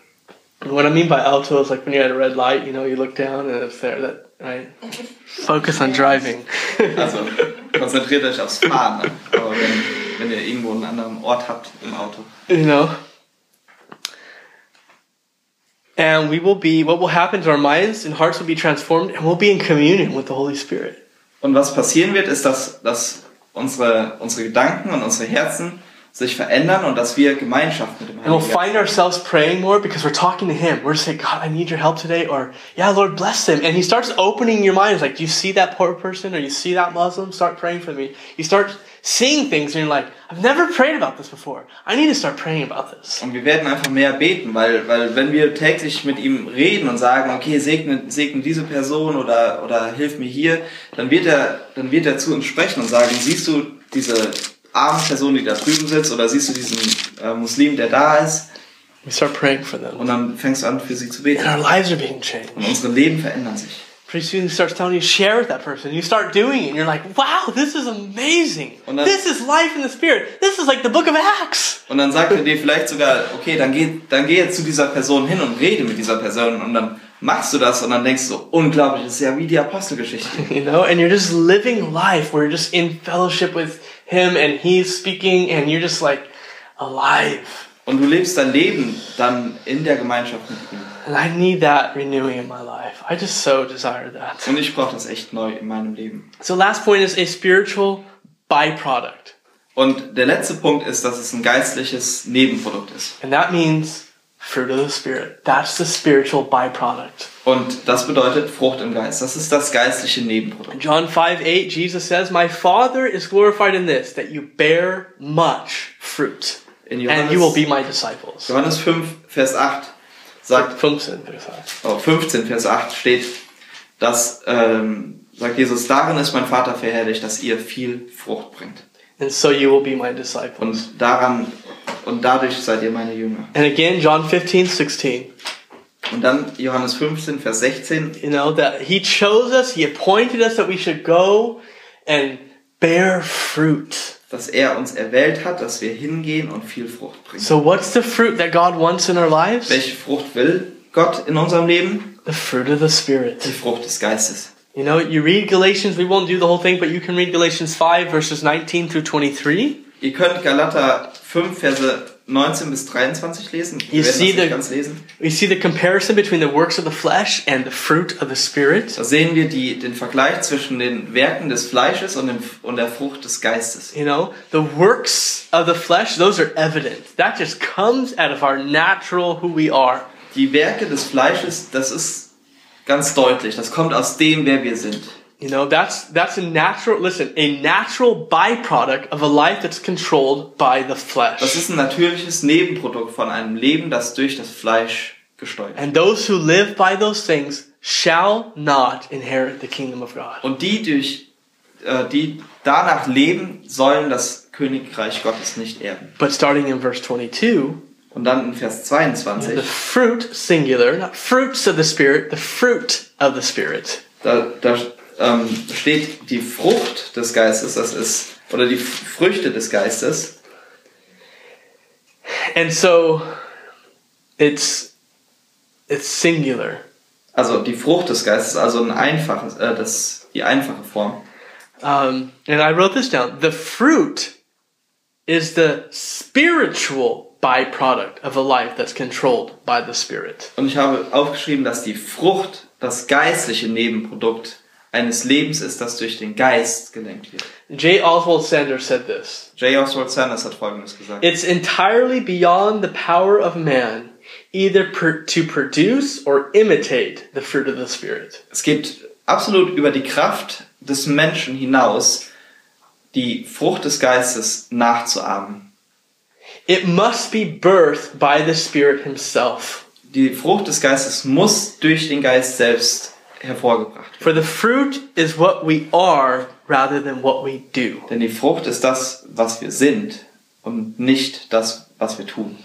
[SPEAKER 2] what I mean by alto is like when you're at a red light, you know, you look down and it's there, that, right? Focus on driving.
[SPEAKER 3] Also konzentriert euch aufs Fahren. Aber wenn, wenn ihr irgendwo einen anderen Ort habt im Auto.
[SPEAKER 2] you know and we will be what will happen to our minds and hearts will be transformed and we'll be in communion with the holy spirit
[SPEAKER 3] Und was passieren wird, ist, dass, dass unsere, unsere Gedanken und unsere Herzen sich verändern und dass wir Gemeinschaft mit dem
[SPEAKER 2] and we'll
[SPEAKER 3] Heiligen Geist.
[SPEAKER 2] find ourselves praying more because we're talking to him we're saying god i need your help today or yeah lord bless him and he starts opening your mind it's like do you see that poor person or you see that muslim start praying for me you start seeing things and you're like i've never prayed about this before i need to start praying about this
[SPEAKER 3] Und wir werden einfach mehr beten, weil, weil wenn wir täglich mit ihm reden und sagen, okay, segne, segne diese Person oder, oder hilf mir hier, dann wird, er, dann wird er zu uns sprechen und sagen, siehst du diese arme Person, die da drüben sitzt oder siehst du diesen äh, Muslim, der da ist
[SPEAKER 2] we start praying for them
[SPEAKER 3] und dann fängst du an, für sie zu
[SPEAKER 2] and
[SPEAKER 3] beten.
[SPEAKER 2] our lives are being changed
[SPEAKER 3] Und unsere Leben verändern sich.
[SPEAKER 2] pretty soon he starts telling you share with that person you start doing it and you're like wow this is amazing
[SPEAKER 3] Und dann-
[SPEAKER 2] this is life in the spirit this is like the book of acts
[SPEAKER 3] Und dann sagt er dir vielleicht sogar, okay, dann geh, dann geh jetzt zu dieser Person hin und rede mit dieser Person und dann machst du das und dann denkst du, unglaublich, das ist ja wie die Apostelgeschichte.
[SPEAKER 2] you know and you're just living life where you're just in fellowship with him and he's speaking and you're just like alive
[SPEAKER 3] Und du lebst dein Leben dann in der Gemeinschaft mit ihm.
[SPEAKER 2] and i need that renewing in my life i just so desire that
[SPEAKER 3] Und ich brauche das echt neu in meinem Leben.
[SPEAKER 2] so last point is a spiritual byproduct
[SPEAKER 3] Und der letzte Punkt ist, dass es ein geistliches Nebenprodukt ist.
[SPEAKER 2] and that means fruit of the spirit that's the spiritual byproduct
[SPEAKER 3] Und das bedeutet Frucht im Geist. Das ist das geistliche Nebenprodukt.
[SPEAKER 2] John 5 8, Jesus says, My Father is glorified in this, that you bear much fruit,
[SPEAKER 3] In
[SPEAKER 2] and you will be
[SPEAKER 3] Johannes,
[SPEAKER 2] my disciples.
[SPEAKER 3] Johannes 5, Vers 8 sagt,
[SPEAKER 2] 15, Vers 8.
[SPEAKER 3] oh, 15, Vers 8 steht, dass, ähm, sagt Jesus, darin ist mein Vater verherrlicht, dass ihr viel Frucht bringt.
[SPEAKER 2] and so you will be my disciples.
[SPEAKER 3] Und daran und dadurch seid ihr meine Jünger.
[SPEAKER 2] And again, John 15, 16,
[SPEAKER 3] Und dann Johannes 15, Vers 16.
[SPEAKER 2] you know, that he chose us, he appointed us that we should go and bear fruit.
[SPEAKER 3] dass er uns erwählt hat, dass wir hingehen und viel Frucht bringen.
[SPEAKER 2] So, what's the fruit that God wants in our lives?
[SPEAKER 3] Welche Frucht will Gott in unserem Leben?
[SPEAKER 2] The fruit of the
[SPEAKER 3] Die
[SPEAKER 2] Spirit.
[SPEAKER 3] Frucht des Geistes.
[SPEAKER 2] You know, you read Galatians, we won't do the whole thing, but you can read Galatians 5, verses 19 through 23.
[SPEAKER 3] Ihr könnt Galater 5, Verse 19 bis 23 lesen.
[SPEAKER 2] You
[SPEAKER 3] Wir werden das
[SPEAKER 2] see the-
[SPEAKER 3] nicht ganz lesen.
[SPEAKER 2] We see the comparison between the works of the flesh and the fruit of the Spirit.
[SPEAKER 3] Da sehen wir die, den Vergleich zwischen den Werken des Fleisches und, dem, und der Frucht des Geistes.
[SPEAKER 2] You know, the works of the flesh, those are evident. That just comes out of our natural who we are.
[SPEAKER 3] Die Werke des Fleisches, das ist ganz deutlich. Das kommt aus dem, wer wir sind.
[SPEAKER 2] You know, that's that's a natural listen, a natural byproduct of a life that's controlled by the
[SPEAKER 3] Das
[SPEAKER 2] flesh.
[SPEAKER 3] ist ein natürliches Nebenprodukt von einem Leben, das durch das Fleisch gesteuert wird.
[SPEAKER 2] And those who live by those things shall not inherit the kingdom of God.
[SPEAKER 3] Und die, durch, äh, die danach leben, sollen das Königreich Gottes nicht erben.
[SPEAKER 2] But starting in verse 22,
[SPEAKER 3] Und dann in Vers
[SPEAKER 2] the
[SPEAKER 3] 22,
[SPEAKER 2] fruit singular, not fruits of the spirit, the fruit of the spirit.
[SPEAKER 3] da, da ähm, steht die Frucht des Geistes, das ist, oder die Früchte des Geistes.
[SPEAKER 2] And so it's it's singular.
[SPEAKER 3] Also die Frucht des Geistes, also ein einfaches, äh, das, die einfache Form.
[SPEAKER 2] Um, and I wrote this down. The fruit is the spiritual byproduct of a life that's controlled by the Spirit.
[SPEAKER 3] Und ich habe aufgeschrieben, dass die Frucht das geistliche Nebenprodukt eines Lebens ist, das durch den Geist gelenkt wird.
[SPEAKER 2] J. Oswald Sanders said this
[SPEAKER 3] J. Oswald Sanders hat Folgendes gesagt.
[SPEAKER 2] It's entirely beyond the power of man either per- to produce or imitate the fruit of the Spirit.
[SPEAKER 3] Es geht absolut über die Kraft des Menschen hinaus, die Frucht des Geistes nachzuahmen.
[SPEAKER 2] It must be birthed by the Spirit Himself.
[SPEAKER 3] Die Frucht des Geistes muss durch den Geist selbst hervorgebracht werden.
[SPEAKER 2] For the fruit is what we are rather than what we do.
[SPEAKER 3] Denn die Frucht ist das, was wir sind und nicht das, was wir tun.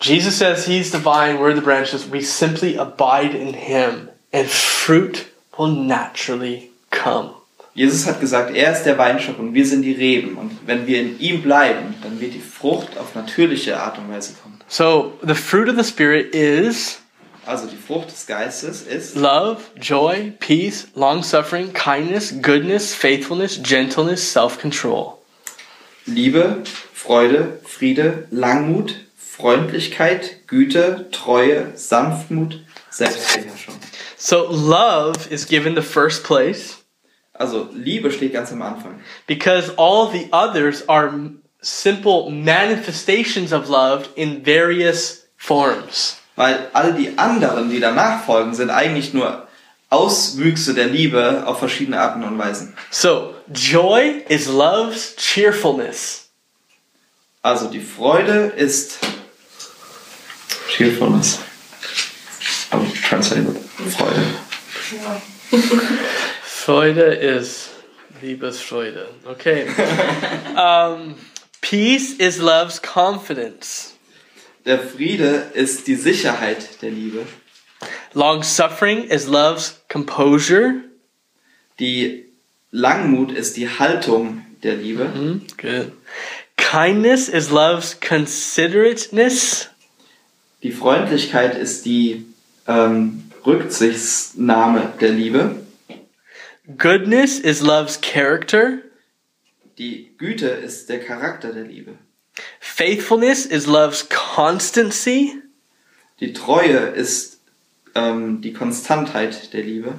[SPEAKER 2] Jesus says he's the vine, we're the branches. We simply abide in him, and fruit will naturally come.
[SPEAKER 3] Jesus hat gesagt, er ist der Weinstock und wir sind die Reben. Und wenn wir in ihm bleiben, dann wird die Frucht auf natürliche Art und Weise kommen.
[SPEAKER 2] So the fruit of the Spirit is
[SPEAKER 3] Also die Frucht des Geistes ist
[SPEAKER 2] love, joy, peace, long suffering, kindness, goodness, faithfulness, gentleness, self control.
[SPEAKER 3] Liebe, Freude, Friede, Langmut, Freundlichkeit, Güte, Treue, Sanftmut, Selbstbeherrschung.
[SPEAKER 2] So love is given the first place
[SPEAKER 3] Also Liebe steht ganz am Anfang,
[SPEAKER 2] because all the others are m- simple manifestations of love in various forms.
[SPEAKER 3] weil all die anderen, die danach folgen, sind eigentlich nur Auswüchse der Liebe auf verschiedene Arten und Weisen.
[SPEAKER 2] So, joy is love's cheerfulness.
[SPEAKER 3] Also die Freude ist Cheerfulness. Aber ich translate mit Freude.
[SPEAKER 2] Freude is Liebesfreude. Okay. *laughs* um, peace is love's confidence.
[SPEAKER 3] Der Friede ist die Sicherheit der Liebe.
[SPEAKER 2] Long suffering is love's composure.
[SPEAKER 3] Die Langmut ist die Haltung der Liebe.
[SPEAKER 2] Mm, good. Kindness is love's considerateness.
[SPEAKER 3] Die Freundlichkeit ist die ähm, Rücksichtnahme der Liebe.
[SPEAKER 2] Goodness is love's character.
[SPEAKER 3] Die Güte ist der Charakter der Liebe.
[SPEAKER 2] Faithfulness is love's constancy.
[SPEAKER 3] Die Treue ist ähm, die Konstantheit der Liebe.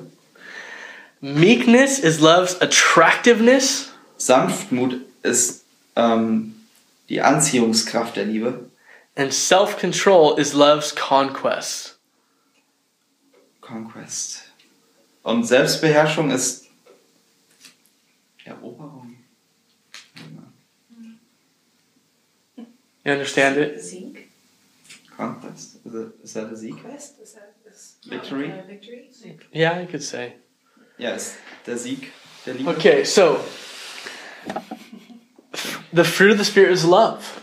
[SPEAKER 2] Meekness is love's attractiveness.
[SPEAKER 3] Sanftmut ist ähm, die Anziehungskraft der Liebe.
[SPEAKER 2] And self control is love's conquest.
[SPEAKER 3] Conquest. Und Selbstbeherrschung ist Eroberung.
[SPEAKER 2] You understand it?
[SPEAKER 4] Sieg.
[SPEAKER 3] Conquest. Is that, is that a Sieg?
[SPEAKER 4] Quest is that this?
[SPEAKER 3] Victory?
[SPEAKER 4] Uh, victory. Sieg.
[SPEAKER 2] Yeah, I could say.
[SPEAKER 3] Ja, ist der Sieg der Liebe.
[SPEAKER 2] Okay, so The fruit of the Spirit is love.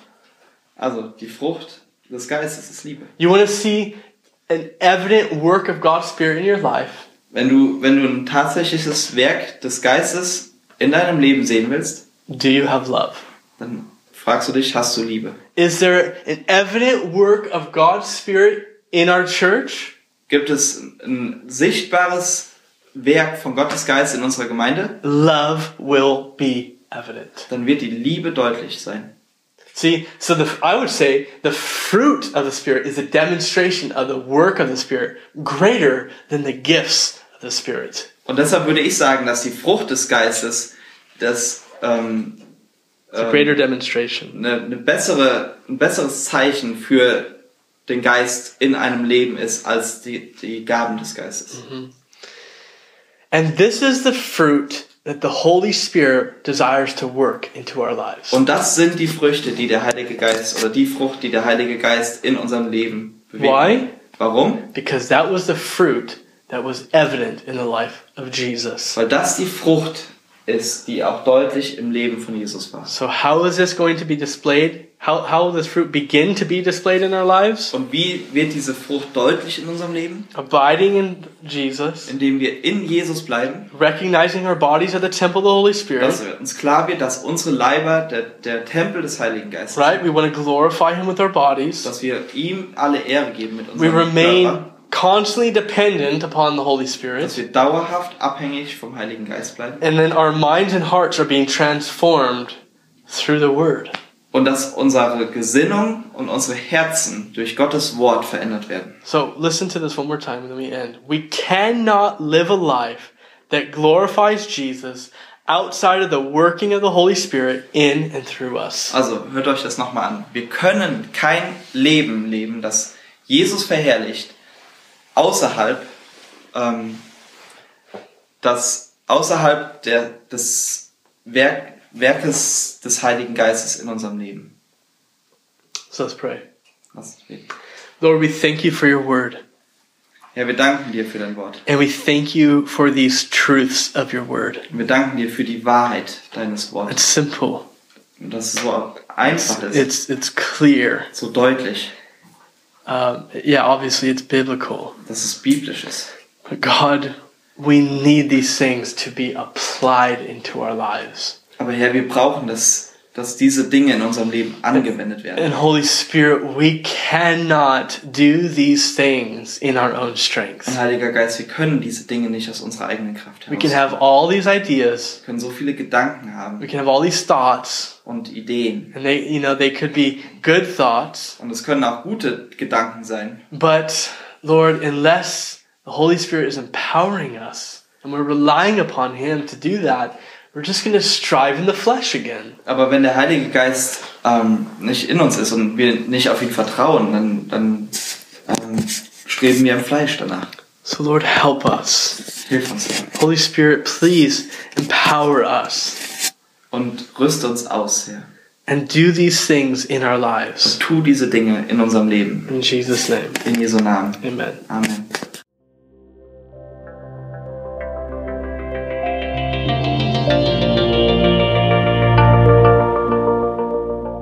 [SPEAKER 3] Also die Frucht des Geistes ist Liebe.
[SPEAKER 2] You want to see an evident work of God's Spirit in your life.
[SPEAKER 3] Wenn du, wenn du ein tatsächliches Werk des Geistes in deinem Leben sehen willst,
[SPEAKER 2] Do you have love?
[SPEAKER 3] dann fragst du dich, hast du Liebe?
[SPEAKER 2] Is there an evident work of God's Spirit in our church?
[SPEAKER 3] Gibt es ein sichtbares Werk von Gottes Geist in unserer Gemeinde?
[SPEAKER 2] Love will be evident.
[SPEAKER 3] Dann wird die Liebe deutlich sein.
[SPEAKER 2] See, so the, I would say the fruit of the Spirit is a demonstration of the work of the Spirit greater than the gifts of the Spirit.
[SPEAKER 3] Und deshalb würde ich sagen, dass die Frucht des Geistes das, ähm,
[SPEAKER 2] It's a
[SPEAKER 3] Um,
[SPEAKER 2] greater demonstration.
[SPEAKER 3] eine, eine bessere, ein besseres Zeichen für den Geist in einem Leben ist als die, die Gaben des Geistes.
[SPEAKER 2] And this is the fruit that the Holy Spirit desires to work into our lives.
[SPEAKER 3] Und das sind die Früchte, die der Heilige Geist oder die Frucht, die der Heilige Geist in unserem Leben bewegt.
[SPEAKER 2] Why?
[SPEAKER 3] Warum?
[SPEAKER 2] Because that was the fruit that was evident in the life of Jesus.
[SPEAKER 3] Weil das die Frucht ist, die auch deutlich im Leben von Jesus war.
[SPEAKER 2] So, how is this going to be displayed? How, how will this fruit begin to be displayed in our lives?
[SPEAKER 3] Und wie wird diese Frucht deutlich in unserem Leben?
[SPEAKER 2] Abiding in Jesus,
[SPEAKER 3] Indem wir in Jesus bleiben,
[SPEAKER 2] recognizing our bodies are the temple of the Holy Spirit.
[SPEAKER 3] dass uns klar wird, dass unsere Leiber der, der Tempel des Heiligen Geistes
[SPEAKER 2] right? We want to glorify Him with our bodies.
[SPEAKER 3] dass wir ihm alle Ehre geben mit
[SPEAKER 2] We
[SPEAKER 3] unserem
[SPEAKER 2] remain
[SPEAKER 3] Körper,
[SPEAKER 2] constantly dependent upon the Holy
[SPEAKER 3] dass
[SPEAKER 2] Spirit.
[SPEAKER 3] wir dauerhaft abhängig vom Heiligen Geist bleiben
[SPEAKER 2] And then our minds and hearts are being transformed through the Word.
[SPEAKER 3] und dass unsere Gesinnung und unsere Herzen durch Gottes Wort verändert werden.
[SPEAKER 2] So listen to this one more time and then we end. We cannot live a life that glorifies Jesus outside of the working of the Holy Spirit in and through us.
[SPEAKER 3] Also hört euch das nochmal an. Wir können kein Leben leben, das Jesus verherrlicht, außerhalb, ähm, das außerhalb der, des Werk, Werkes des Heiligen Geistes in unserem Leben.
[SPEAKER 2] So let's pray.
[SPEAKER 3] Lasst uns beten.
[SPEAKER 2] Lord, we thank you for your word.
[SPEAKER 3] Herr, wir danken dir für dein Wort.
[SPEAKER 2] And we thank you for these truths of your word.
[SPEAKER 3] Wir danken dir für die Wahrheit deines
[SPEAKER 2] It's
[SPEAKER 3] Wortes.
[SPEAKER 2] simple.
[SPEAKER 3] Und dass es so einfach ist,
[SPEAKER 2] It's it's clear.
[SPEAKER 3] so deutlich,
[SPEAKER 2] Um, yeah, obviously it's biblical.
[SPEAKER 3] dass es biblisch ist.
[SPEAKER 2] But God, we need these things to be applied into our lives.
[SPEAKER 3] Aber Herr, wir brauchen das, dass diese Dinge in unserem Leben angewendet werden.
[SPEAKER 2] And Holy Spirit, we cannot do these things in our own
[SPEAKER 3] Und
[SPEAKER 2] strength.
[SPEAKER 3] Heiliger Geist, wir können diese Dinge nicht aus unserer eigenen Kraft
[SPEAKER 2] We can
[SPEAKER 3] heraus.
[SPEAKER 2] have all these ideas,
[SPEAKER 3] Wir können so viele Gedanken
[SPEAKER 2] we
[SPEAKER 3] haben
[SPEAKER 2] can have all these thoughts,
[SPEAKER 3] und Ideen.
[SPEAKER 2] and they, you know, they could be good thoughts,
[SPEAKER 3] Und es können auch gute Gedanken sein.
[SPEAKER 2] but Lord, unless the Holy Spirit is empowering us and we're relying upon Him to do that, we're just going to strive in the flesh again.
[SPEAKER 3] Aber wenn der Heilige Geist ähm, nicht in uns ist und wir nicht auf ihn vertrauen, dann, dann ähm, streben wir im Fleisch danach.
[SPEAKER 2] So, Lord, help us.
[SPEAKER 3] Hilf uns, Herr.
[SPEAKER 2] Holy Spirit, please empower us
[SPEAKER 3] Und rüste uns aus, Herr.
[SPEAKER 2] and do these things in our lives.
[SPEAKER 3] Tu diese Dinge in unserem Leben.
[SPEAKER 2] In Jesus' name,
[SPEAKER 3] In Jesu Namen.
[SPEAKER 2] amen.
[SPEAKER 3] Amen.